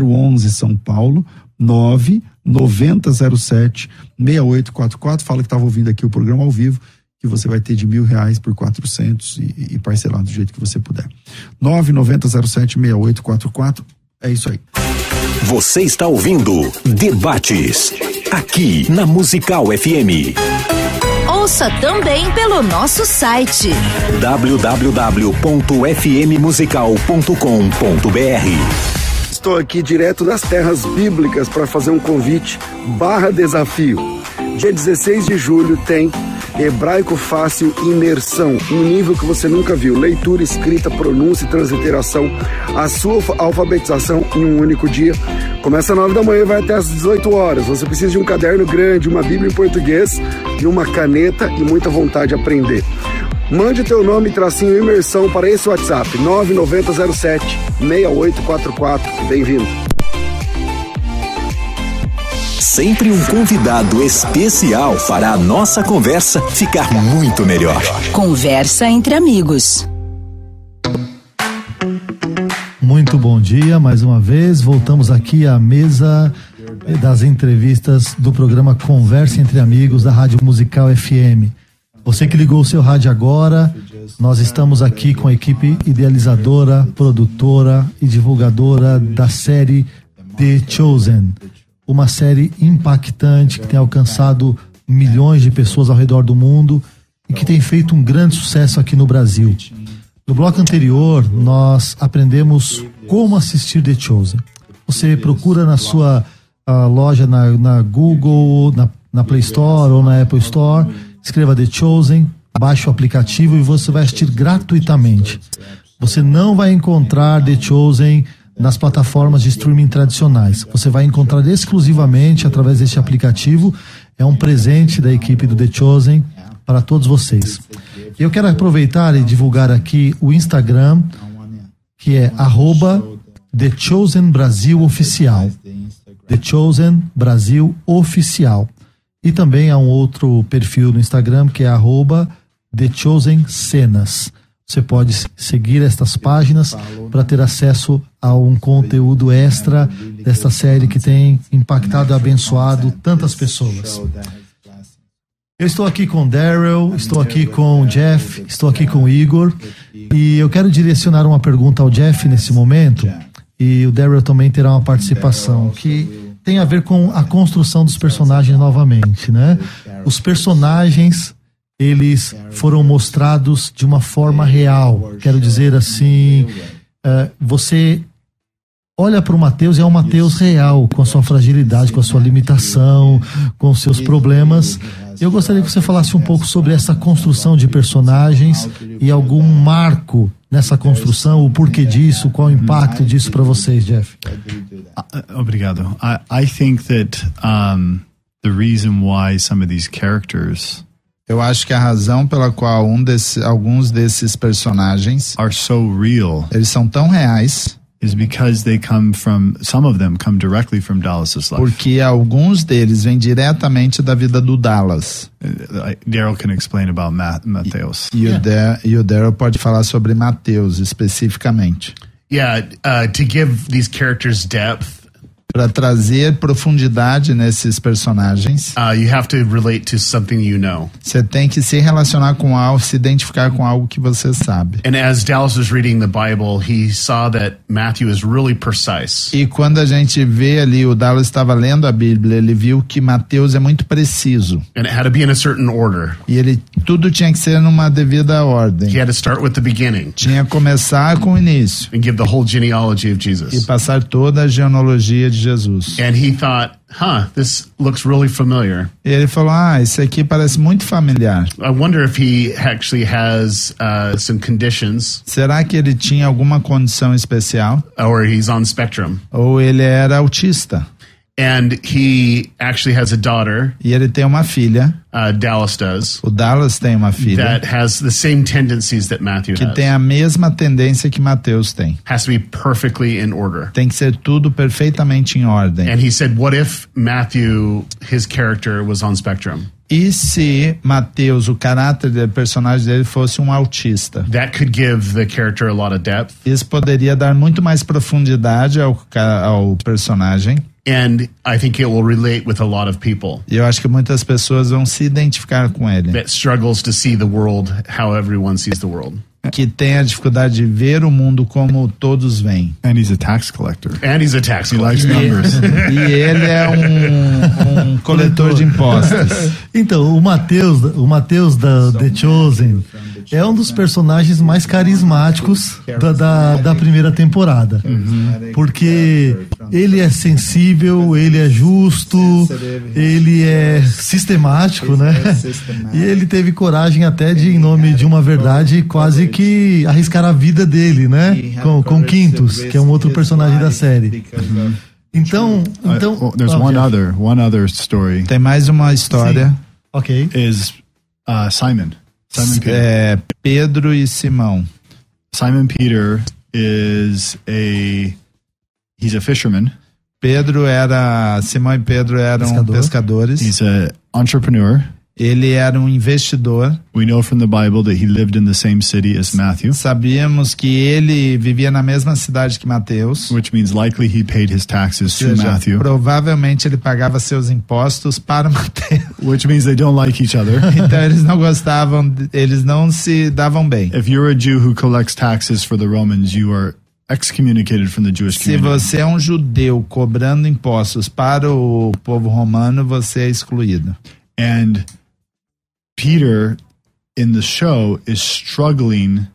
Speaker 3: 011 São Paulo 99007 6844. Fala que estava ouvindo aqui o programa ao vivo, que você vai ter de mil reais por 400 e, e parcelado do jeito que você puder. 99007 6844. É isso aí.
Speaker 6: Você está ouvindo Debates, aqui na Musical FM.
Speaker 9: Ouça também pelo nosso site
Speaker 6: www.fmmusical.com.br
Speaker 8: Estou aqui direto das terras bíblicas para fazer um convite barra desafio. Dia 16 de julho tem Hebraico Fácil Imersão, um nível que você nunca viu. Leitura, escrita, pronúncia e transliteração. A sua alfabetização em um único dia. Começa às 9 da manhã e vai até às 18 horas. Você precisa de um caderno grande, uma bíblia em português e uma caneta e muita vontade de aprender. Mande teu nome e tracinho imersão para esse WhatsApp 99007 6844. Bem-vindo.
Speaker 6: Sempre um convidado especial para a nossa conversa ficar muito melhor.
Speaker 9: Conversa entre amigos.
Speaker 1: Muito bom dia, mais uma vez. Voltamos aqui à mesa das entrevistas do programa Conversa entre Amigos da Rádio Musical FM. Você que ligou o seu rádio agora, nós estamos aqui com a equipe idealizadora, produtora e divulgadora da série The Chosen. Uma série impactante que tem alcançado milhões de pessoas ao redor do mundo e que tem feito um grande sucesso aqui no Brasil. No bloco anterior, nós aprendemos como assistir The Chosen. Você procura na sua ah, loja, na, na Google, na, na Play Store ou na Apple Store, escreva The Chosen, baixe o aplicativo e você vai assistir gratuitamente. Você não vai encontrar The Chosen nas plataformas de streaming tradicionais. Você vai encontrar exclusivamente através deste aplicativo. É um presente da equipe do The Chosen para todos vocês. Eu quero aproveitar e divulgar aqui o Instagram, que é arroba The Chosen Brasil Oficial. The Chosen Brasil Oficial. E também há um outro perfil no Instagram que é arroba The Chosen Cenas. Você pode s- seguir estas páginas para ter acesso a um conteúdo extra desta série que tem impactado e abençoado tantas pessoas. Eu estou aqui com Daryl, estou aqui com o Jeff, estou aqui com o Igor e eu quero direcionar uma pergunta ao Jeff nesse momento e o Daryl também terá uma participação que tem a ver com a construção dos personagens novamente, né? Os personagens eles foram mostrados de uma forma real, quero dizer assim, eh, você olha para o Mateus e é um Mateus real, com a sua fragilidade, com a sua limitação, com os seus problemas. Eu gostaria que você falasse um pouco sobre essa construção de personagens e algum marco nessa construção, o porquê disso, qual o impacto disso para vocês, Jeff.
Speaker 4: Uh, Obrigado. I, I think that um, the reason why some of these characters
Speaker 3: Eu acho que a razão pela qual um desse, alguns desses personagens
Speaker 4: are so real
Speaker 3: eles são tão reais
Speaker 4: is because they come from some of them come directly from Dallas's life.
Speaker 3: porque alguns deles vêm diretamente da vida do Dallas.
Speaker 4: Uh, I- Daryl can explain about Matt, Mateos.
Speaker 3: E o Dar- e o Daryl pode falar sobre Mateus especificamente.
Speaker 2: Yeah, uh, to give these characters depth,
Speaker 3: Para trazer profundidade nesses personagens,
Speaker 2: uh, you have to relate to something you know.
Speaker 3: você tem que se relacionar com algo, se identificar com algo que você sabe.
Speaker 2: And as Dallas was reading the Bible, he saw that Matthew is really precise.
Speaker 3: E quando a gente vê ali, o Dallas estava lendo a Bíblia, ele viu que Mateus é muito preciso.
Speaker 2: and it had to be in a certain order.
Speaker 3: E ele tudo tinha que ser numa devida ordem.
Speaker 2: He had to start with the beginning
Speaker 3: Tinha que começar com o início
Speaker 2: and give the whole genealogy of
Speaker 3: e
Speaker 2: Jesus.
Speaker 3: passar toda a genealogia de Jesus.
Speaker 2: And he thought, huh, this looks really familiar.
Speaker 3: E ele falou: Ah, esse aqui parece muito familiar.
Speaker 2: I wonder if he actually has uh, some conditions
Speaker 3: Será que ele tinha alguma condição especial?
Speaker 2: or he's on spectrum.
Speaker 3: Ou ele era autista?
Speaker 2: And he actually has a daughter,
Speaker 3: E ele tem uma filha,
Speaker 2: uh, Dallas does,
Speaker 3: o Dallas tem uma filha,
Speaker 2: that has the same tendencies that Matthew
Speaker 3: que tem
Speaker 2: has.
Speaker 3: a mesma tendência que Mateus tem.
Speaker 2: Has to be perfectly in order.
Speaker 3: Tem que ser tudo perfeitamente em ordem.
Speaker 2: And he said, what if Matthew, his character, was on spectrum?
Speaker 3: E se Mateus, o caráter do personagem dele fosse um autista?
Speaker 2: That could give the character a lot of depth.
Speaker 3: Isso poderia dar muito mais profundidade ao, ca- ao personagem.
Speaker 2: and I think it will relate with a lot of people
Speaker 3: E eu acho que muitas pessoas vão se identificar com ele,
Speaker 2: that struggles to see the world how everyone sees the world.
Speaker 3: que tem a dificuldade de ver o mundo como todos veem.
Speaker 4: And he's a tax collector.
Speaker 2: And he's a tax
Speaker 4: He likes
Speaker 2: collector.
Speaker 3: [laughs]
Speaker 4: numbers.
Speaker 3: E ele é um, um coletor de impostos.
Speaker 1: Então, o Mateus, o Mateus da The Chosen é um dos personagens mais carismáticos da, da, da primeira temporada. Uhum. Porque ele é sensível, ele é justo, ele é sistemático, é né? [laughs] E ele teve coragem até de, em nome de uma verdade, quase que arriscar a vida dele, né? Com, com Quintus, que é um outro personagem da série. Então,
Speaker 4: I-
Speaker 1: então
Speaker 4: oh, there's
Speaker 1: Ah,
Speaker 4: one
Speaker 1: Jeff.
Speaker 4: other one other story
Speaker 3: Tem mais uma história.
Speaker 1: Ok.
Speaker 4: is uh, Simon. Simon Peter.
Speaker 3: É, Pedro e Simão.
Speaker 4: Simon Peter is a he's a fisherman.
Speaker 3: Pedro era. Simão e Pedro eram
Speaker 1: Pescador.
Speaker 3: pescadores.
Speaker 4: He's a entrepreneur.
Speaker 3: Ele era um investidor.
Speaker 4: We know from the Bible that he lived in the same city as Matthew,
Speaker 3: Sabíamos que ele vivia na mesma cidade que Mateus.
Speaker 4: which means likely he paid his taxes
Speaker 3: Ou
Speaker 4: to
Speaker 3: seja,
Speaker 4: Matthew,
Speaker 3: provavelmente ele pagava seus impostos para [laughs] Mateus.
Speaker 4: which means they don't like each other.
Speaker 3: Então eles não gostavam, de- eles não se davam bem.
Speaker 4: If you're a Jew who collects taxes for the Romans, you are excommunicated from the Jewish
Speaker 3: Se
Speaker 4: community.
Speaker 3: você é um judeu cobrando impostos para o povo romano, você é excluído.
Speaker 4: And Peter in the show is struggling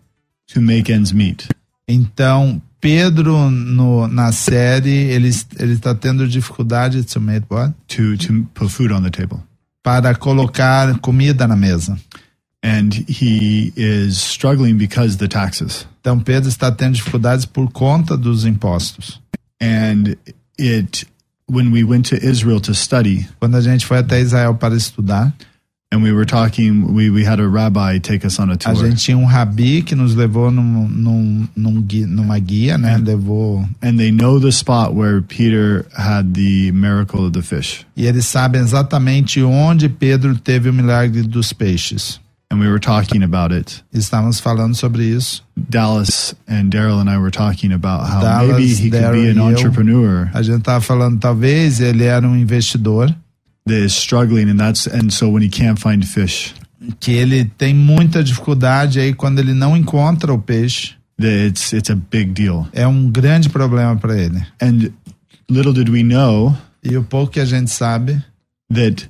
Speaker 4: to make ends meet.
Speaker 3: Então, Pedro no- na série, ele está tendo dificuldade to make what?
Speaker 4: to to put food on the table.
Speaker 3: para colocar comida na mesa.
Speaker 4: And he is struggling because the taxes.
Speaker 3: Então, Pedro está tendo dificuldades por conta dos impostos.
Speaker 4: And it when we went to Israel to study,
Speaker 3: Quando a gente foi até Israel para estudar,
Speaker 4: and we were talking. We we had a rabbi take us on a
Speaker 3: A
Speaker 4: tour.
Speaker 3: gente tinha um rabi que nos levou num, num, num gui- numa guia, né? Levou.
Speaker 4: and they know the spot where Peter had the miracle of the fish.
Speaker 3: E eles sabem exatamente onde Pedro teve o milagre dos peixes.
Speaker 4: And we were talking about it.
Speaker 3: Estávamos falando sobre isso.
Speaker 4: Dallas and Daryl and I were talking about how
Speaker 3: Dallas,
Speaker 4: maybe he could
Speaker 3: Daryl,
Speaker 4: be an
Speaker 3: you.
Speaker 4: entrepreneur
Speaker 3: A gente estava falando, talvez ele era um investidor
Speaker 4: that is struggling, and that's and so when he can't find fish,
Speaker 3: que ele tem muita dificuldade aí quando ele não encontra o peixe.
Speaker 4: that it's it's a big deal.
Speaker 3: É um grande problema para ele.
Speaker 4: And little did we know
Speaker 3: E o pouco que a gente sabe,
Speaker 4: that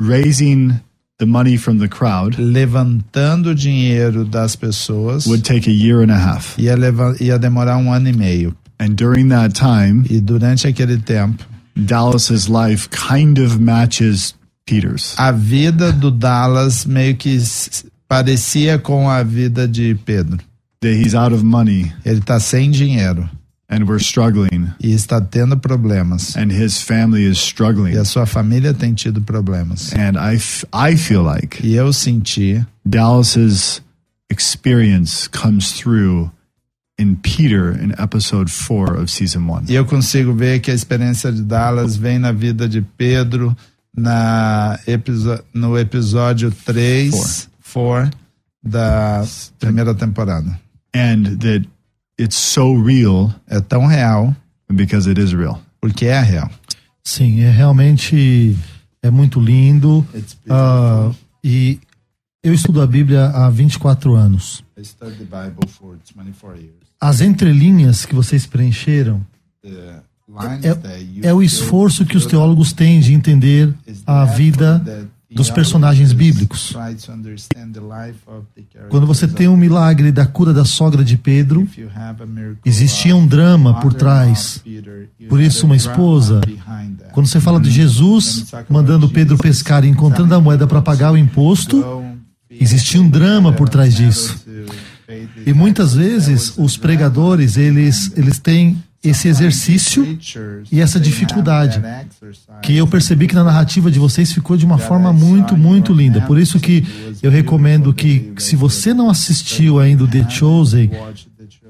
Speaker 4: raising the money from the crowd
Speaker 3: levantando o dinheiro das pessoas
Speaker 4: would take a year and a half.
Speaker 3: ia, leva- ia demorar um ano e meio.
Speaker 4: And during that time,
Speaker 3: E durante aquele tempo,
Speaker 4: Dallas's life kind of matches Peter's.
Speaker 3: a vida do Dallas meio que s- parecia com a vida de Pedro.
Speaker 4: That he's out of money
Speaker 3: Ele tá sem dinheiro
Speaker 4: and we're struggling,
Speaker 3: e está tendo problemas.
Speaker 4: and his family is struggling.
Speaker 3: E a sua família tem tido problemas.
Speaker 4: And I, f- I feel like
Speaker 3: E eu senti
Speaker 4: Dallas's experience comes through in Peter in episode four of season one.
Speaker 3: E eu consigo ver que a experiência de Dallas vem na vida de Pedro na episo- no episódio 3 4 da primeira temporada.
Speaker 4: And that it's so real
Speaker 3: É tão real
Speaker 4: because it is real.
Speaker 3: porque é real.
Speaker 1: Sim, é realmente é muito lindo. Ah, e eu estudo a Bíblia há 24 anos.
Speaker 3: I studied the Bible for 24 years.
Speaker 1: As entrelinhas que vocês preencheram é o esforço que os teólogos têm de entender a vida dos personagens bíblicos. Quando você tem um milagre da cura da sogra de Pedro, existia um drama por trás. Por isso, uma esposa. Quando você fala de Jesus mandando Pedro pescar e encontrando a moeda para pagar o imposto, existia um drama por trás disso. E é, muitas vezes né? os pregadores, eles, eles têm esse exercício e essa dificuldade que eu percebi que na narrativa de vocês ficou de uma forma muito, muito linda. Por isso que eu recomendo que, se você não assistiu ainda o The Chosen,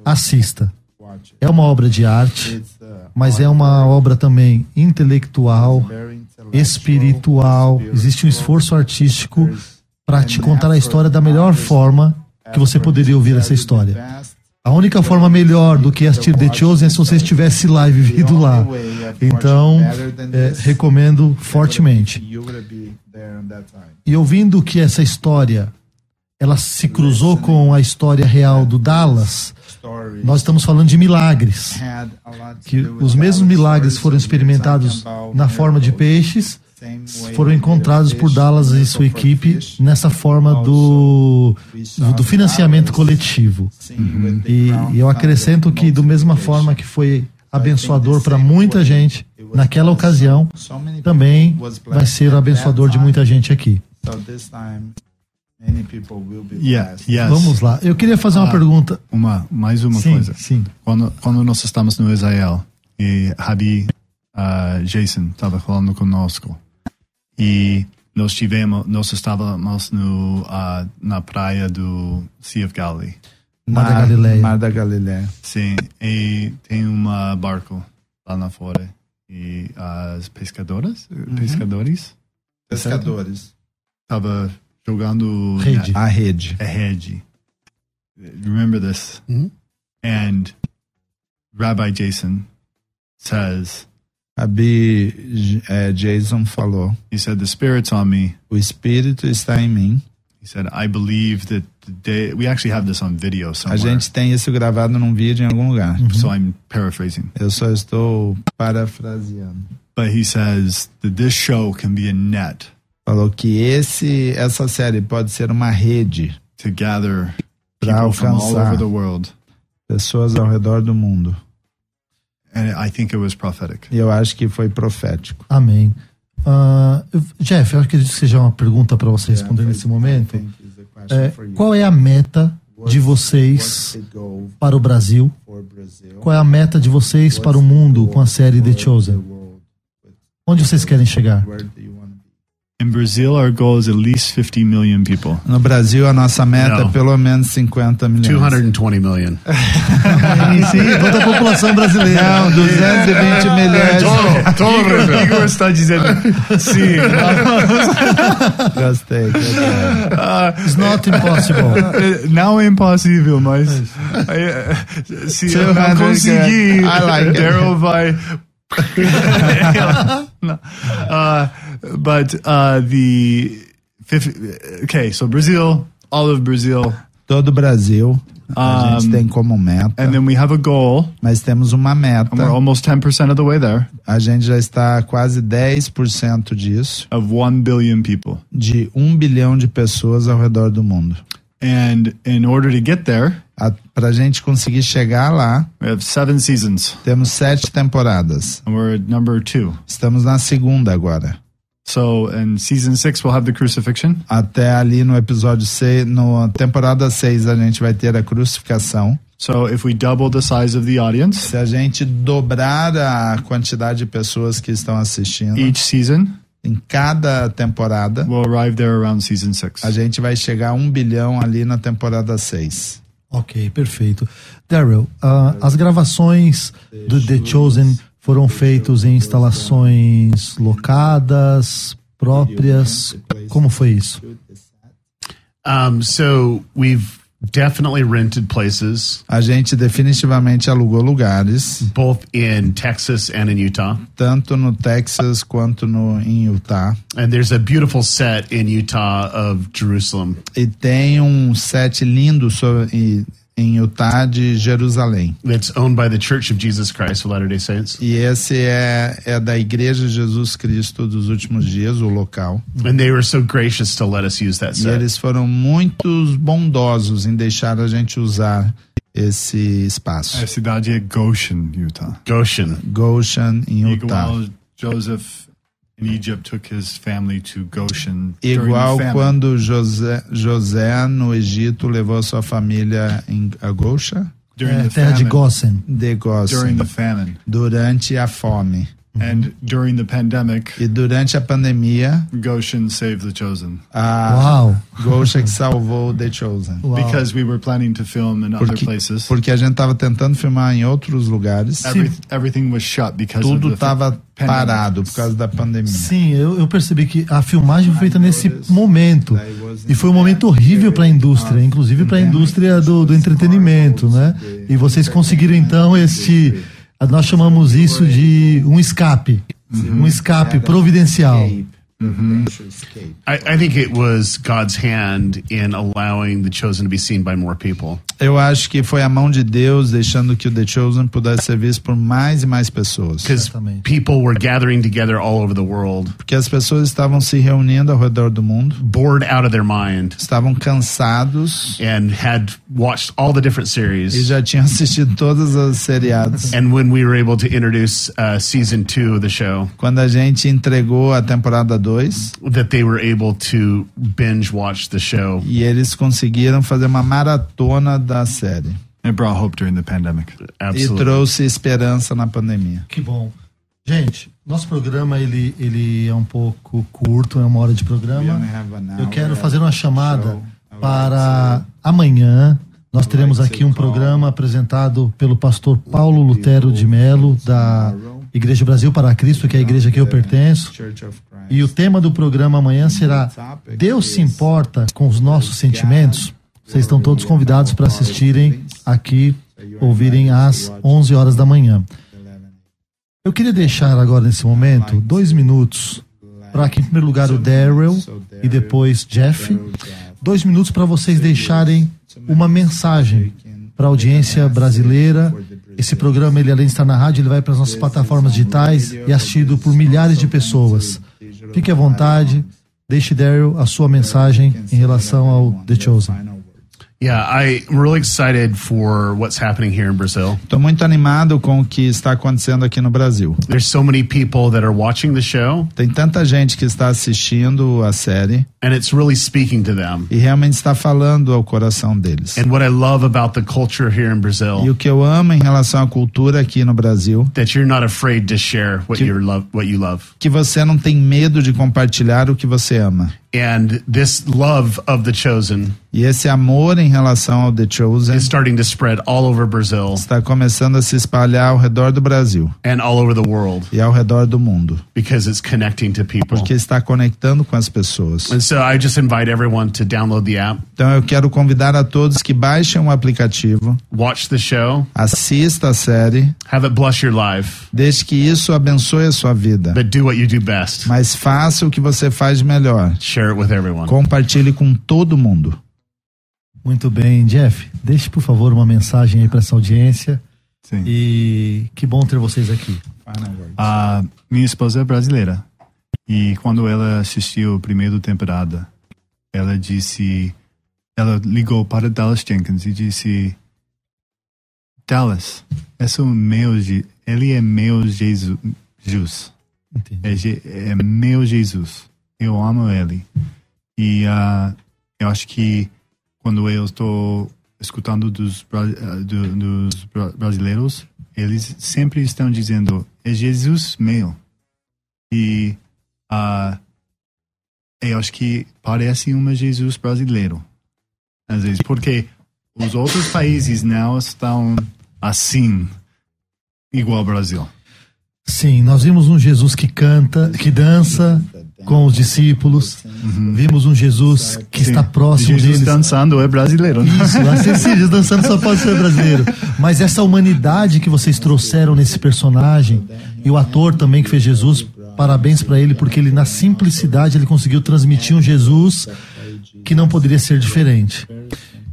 Speaker 1: assista. É uma obra de arte, mas é uma obra também intelectual, espiritual. Existe um esforço artístico para te contar a história da melhor forma que você poderia ouvir essa história. A única forma melhor do que assistir The Chosen é se você estivesse lá e vivido lá. Então, é, recomendo fortemente. E ouvindo que essa história ela se cruzou com a história real do Dallas, nós estamos falando de milagres. Que os mesmos milagres foram experimentados na forma de peixes, foram encontrados por Dallas e sua equipe nessa forma do, do financiamento coletivo. Uhum. E, e eu acrescento que, da mesma forma que foi abençoador para muita gente naquela ocasião, também vai ser abençoador de muita gente aqui.
Speaker 4: Yeah, yes.
Speaker 1: Vamos lá. Eu queria fazer uma pergunta.
Speaker 4: Uma, mais uma
Speaker 1: Sim,
Speaker 4: coisa.
Speaker 1: sim.
Speaker 4: Quando, quando nós estamos no Israel e Rabi ah, Jason estava falando conosco e nós tivemos, nós estávamos no, ah, na praia do Sea of Galilee.
Speaker 1: Mar da Galileia.
Speaker 3: Mar da Galileia.
Speaker 4: Sim, e tem uma barco lá na fora e as pescadoras,
Speaker 1: Uhum.
Speaker 4: pescadores,
Speaker 3: Pescadores.
Speaker 4: estava jogando
Speaker 1: Rede.
Speaker 3: A rede.
Speaker 4: a hedge. Remember this. And Rabbi Jason says,
Speaker 3: A B, eh, Jason falou:
Speaker 4: He said, The Spirit's on me.
Speaker 3: O Espírito está em mim.
Speaker 4: He said, I believe that the day, we actually have this on video
Speaker 3: A
Speaker 1: Então
Speaker 4: somewhere.
Speaker 3: gente tem isso gravado num vídeo em algum lugar.
Speaker 4: So I'm paraphrasing.
Speaker 3: Eu só estou parafraseando.
Speaker 4: But he says that this show can be a net
Speaker 3: Falou que esse, essa série pode ser uma rede.
Speaker 4: to gather
Speaker 3: Pra
Speaker 4: people
Speaker 1: tá
Speaker 4: from all
Speaker 3: alcançar.
Speaker 4: over the world.
Speaker 3: Pessoas ao redor do mundo.
Speaker 4: And I think it was prophetic.
Speaker 3: E eu acho que foi profético.
Speaker 1: Amém. Ah, eu- Jeff, eu acredito que seja uma pergunta para você responder nesse Tá momento. É, qual é a meta de vocês para o Brasil? Qual é a meta de vocês para o mundo com a série The Chosen? Onde vocês querem chegar?
Speaker 4: In Brazil, our goal is at least 50 million people.
Speaker 3: No Brasil, a nossa meta
Speaker 2: Não.
Speaker 3: é pelo menos 50 milhões.
Speaker 2: 220 million.
Speaker 1: Sim, sim, toda a população brasileira. É.
Speaker 3: Não, 220 milhões.
Speaker 4: Igor, Igor está dizendo sim. [laughs]
Speaker 3: Gostei. gostei.
Speaker 1: It's not impossible.
Speaker 4: Não Uh, é impossível, mas eh, se eu não
Speaker 3: 200
Speaker 4: conseguir,
Speaker 3: I like it. [laughs]
Speaker 4: Daryl vai. No. Uh, but uh, the 50, okay, so Brazil, all of Brazil,
Speaker 3: Todo o Brasil, a
Speaker 1: Ah,
Speaker 4: Um,
Speaker 3: gente tem como meta,
Speaker 1: é.
Speaker 4: and then we have a goal,
Speaker 3: mas temos uma meta.
Speaker 4: and we're almost 10% of the way there,
Speaker 3: A gente já está a quase 10% disso,
Speaker 4: of 1 billion people.
Speaker 3: de 1 bilhão de pessoas ao redor do mundo.
Speaker 4: And in order to get there,
Speaker 3: Para a gente conseguir chegar lá,
Speaker 4: we have seven seasons,
Speaker 3: temos sete temporadas.
Speaker 4: and we're at number two.
Speaker 3: Estamos na segunda agora.
Speaker 4: So in season six, we'll have the crucifixion.
Speaker 3: Até ali no episódio 6, na temporada 6, a gente vai ter a crucificação.
Speaker 4: So if we double the size of the audience
Speaker 3: Se a gente dobrar a quantidade de pessoas que estão assistindo
Speaker 4: each season,
Speaker 3: em cada temporada,
Speaker 4: we'll arrive there around season six.
Speaker 3: a gente vai chegar a um bilhão ali na temporada 6.
Speaker 1: Ok, perfeito. Daryl, ah, as gravações do The Chosen foram feitas em instalações locadas, próprias. Como foi isso?
Speaker 2: Um, so we've definitely rented places
Speaker 3: A gente definitivamente alugou lugares,
Speaker 2: both in Texas and in Utah.
Speaker 3: tanto no Texas quanto no, em Utah.
Speaker 2: And there's a beautiful set in Utah of Jerusalem.
Speaker 3: E tem um set lindo sobre, e- em Utah de Jerusalém.
Speaker 2: It's owned by the Church of Jesus Christ of Latter day Saints.
Speaker 3: E esse é, é da Igreja de Jesus Cristo dos Últimos Dias, o local.
Speaker 2: And they were so gracious to let us use that
Speaker 3: E
Speaker 2: set.
Speaker 3: eles foram muito bondosos em deixar a gente usar esse espaço.
Speaker 4: A cidade é Goshen, Utah.
Speaker 2: Goshen.
Speaker 3: Goshen, em Utah.
Speaker 4: É. Igual Joseph in Egypt took his family to Goshen during the
Speaker 3: Igual
Speaker 4: famine.
Speaker 3: quando José, José, no Egito, levou a sua família em, a Goshen,
Speaker 4: during
Speaker 1: É,
Speaker 4: the
Speaker 1: terra de
Speaker 4: famine,
Speaker 1: Gossen.
Speaker 3: de
Speaker 4: during
Speaker 3: Goshen,
Speaker 4: the famine,
Speaker 3: durante a fome.
Speaker 4: and during the pandemic,
Speaker 3: E durante a pandemia,
Speaker 4: Goshen saved the chosen
Speaker 3: a
Speaker 1: Uau!
Speaker 3: Goshen que salvou The Chosen.
Speaker 1: uau.
Speaker 4: because we were planning to film in other
Speaker 3: Porque,
Speaker 4: places.
Speaker 3: porque a gente estava tentando filmar em outros lugares,
Speaker 4: Every, everything was shut because of
Speaker 3: tudo
Speaker 4: the fa-
Speaker 3: estava
Speaker 4: pandemic.
Speaker 3: parado por causa da pandemia.
Speaker 1: Sim, eu, eu percebi que a filmagem foi feita nesse momento. E foi um momento horrível para a indústria, inclusive para a indústria do, do entretenimento, né? E vocês conseguiram então este. Nós chamamos isso de um escape. Um escape providencial.
Speaker 2: I, I think it was God's hand in allowing the chosen to be seen by more people.
Speaker 3: Eu acho que foi a mão de Deus deixando que o The Chosen pudesse ser visto por mais e mais pessoas.
Speaker 2: Because
Speaker 1: Certamente.
Speaker 2: people were gathering together all over the world,
Speaker 3: Porque as pessoas estavam se reunindo ao redor do mundo.
Speaker 2: bored out of their mind,
Speaker 3: estavam cansados
Speaker 2: and had watched all the different
Speaker 3: e
Speaker 2: series.
Speaker 3: já tinham [laughs] assistido todas as seriados.
Speaker 2: And when we were able to introduce uh, season two of the show,
Speaker 3: Quando a gente entregou a temporada 2
Speaker 2: that they were able to binge watch the show.
Speaker 3: e eles conseguiram fazer uma maratona da série.
Speaker 4: It brought hope during the pandemic.
Speaker 3: E
Speaker 2: Absolutely.
Speaker 3: trouxe esperança na pandemia.
Speaker 1: Que bom. Gente, nosso programa ele, ele é um pouco curto, é uma hora de programa.
Speaker 3: né?
Speaker 1: Eu quero fazer uma chamada para amanhã. Nós teremos aqui um programa apresentado pelo pastor Paulo Lutero de Melo, da Igreja Brasil para Cristo, que é a igreja que eu pertenço. E o tema do programa amanhã será Deus se importa com os nossos sentimentos? Vocês estão todos convidados para assistirem aqui, ouvirem às 11 horas da manhã. Eu queria deixar agora, nesse momento, dois minutos para que, em primeiro lugar, o Daryl e depois Jeff, dois minutos para vocês deixarem uma mensagem para a audiência brasileira. Esse programa, ele além de estar na rádio, ele vai para as nossas plataformas digitais e é assistido por milhares de pessoas. Fique à vontade, deixe Daryl a sua mensagem em relação ao The Chosen.
Speaker 2: Yeah, I- I'm really excited for what's happening here in Brazil.
Speaker 3: Estou muito animado com o que está acontecendo aqui no Brasil.
Speaker 2: There's so many people that are watching the show,
Speaker 3: Tem tanta gente que está assistindo a série
Speaker 2: and it's really speaking to them.
Speaker 3: e realmente está falando ao coração deles.
Speaker 2: And what I love about the culture here in
Speaker 3: E o
Speaker 2: Brazil
Speaker 3: que eu amo em relação à cultura aqui no Brasil,
Speaker 2: that you're not afraid to share what you love, what you love,
Speaker 3: que você não tem medo de compartilhar o que você ama.
Speaker 2: and this love of the chosen
Speaker 3: E esse amor em relação ao The Chosen
Speaker 2: is starting to spread all over Brazil
Speaker 3: está começando a se espalhar ao redor do Brasil
Speaker 2: and all over the world
Speaker 3: e ao redor do mundo,
Speaker 2: because it's connecting to people.
Speaker 3: porque está conectando com as pessoas.
Speaker 2: And so I just invite everyone to download the app,
Speaker 3: Então eu quero convidar a todos que baixem o aplicativo,
Speaker 2: watch the show,
Speaker 3: assista a série,
Speaker 2: have it bless your life,
Speaker 3: desde que isso abençoe a sua vida.
Speaker 2: but do what you do best.
Speaker 3: Mas faça o que você faz de melhor.
Speaker 2: Share it with everyone.
Speaker 3: Compartilhe com todo mundo.
Speaker 1: Muito bem, Jeff. Deixe, por favor, uma mensagem aí para essa audiência.
Speaker 4: Sim.
Speaker 1: E que bom ter vocês aqui.
Speaker 4: A minha esposa é brasileira. E quando ela assistiu a primeira temporada, ela disse. Ela ligou para Dallas Jenkins e disse: Dallas, esse é o meu. Je- Ele é meu Jesus. Jesus.
Speaker 1: Entendi.
Speaker 4: É, Je- é meu Jesus. Eu amo ele. E ah, eu acho que quando eu estou escutando dos, bra- ah, do- dos bra- brasileiros, eles sempre estão dizendo: é Jesus meu. E ah, eu acho que parece um Jesus brasileiro. Às vezes, porque os outros países não estão assim, igual ao Brasil.
Speaker 1: Sim, nós vimos um Jesus que canta, que dança com os discípulos. Vimos um Jesus que está próximo
Speaker 4: Jesus
Speaker 1: deles.
Speaker 4: dançando é brasileiro. né?
Speaker 1: Isso, acessíveis, dançando só pode ser brasileiro. Mas essa humanidade que vocês trouxeram nesse personagem e o ator também que fez Jesus, parabéns pra ele, porque ele na simplicidade ele conseguiu transmitir um Jesus que não poderia ser diferente.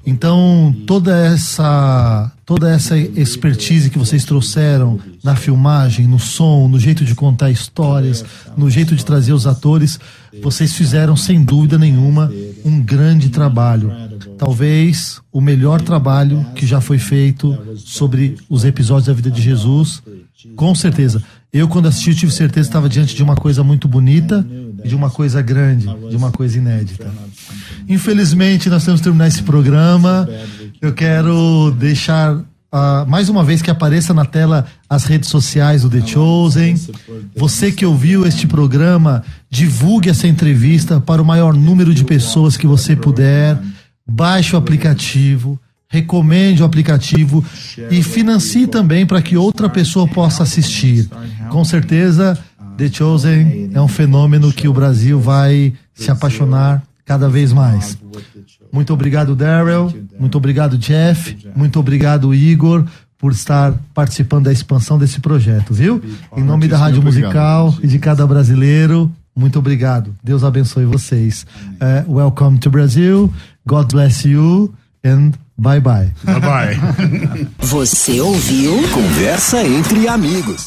Speaker 1: Então, toda essa toda essa expertise que vocês trouxeram na filmagem, no som, no jeito de contar histórias, no jeito de trazer os atores, vocês fizeram sem dúvida nenhuma um grande trabalho. Talvez o melhor trabalho que já foi feito sobre os episódios da vida de Jesus, com certeza. Eu quando assisti eu tive certeza que estava diante de uma coisa muito bonita, e de uma coisa grande, de uma coisa inédita. Infelizmente, nós temos que terminar esse programa. Eu quero deixar ah, mais uma vez que apareça na tela as redes sociais do The Chosen. Você que ouviu este programa, divulgue essa entrevista para o maior número de pessoas que você puder. Baixe o aplicativo, recomende o aplicativo e financie também para que outra pessoa possa assistir. Com certeza, The Chosen é um fenômeno que o Brasil vai se apaixonar cada vez mais. Muito obrigado, Daryl. Muito obrigado, Jeff. Muito obrigado, Igor, por estar participando da expansão desse projeto, viu? Em nome da Rádio Musical e de cada brasileiro, muito obrigado. Deus abençoe vocês. Eh, welcome to Brazil. God bless you and bye bye.
Speaker 2: Bye bye.
Speaker 9: Você ouviu?
Speaker 6: Conversa entre amigos.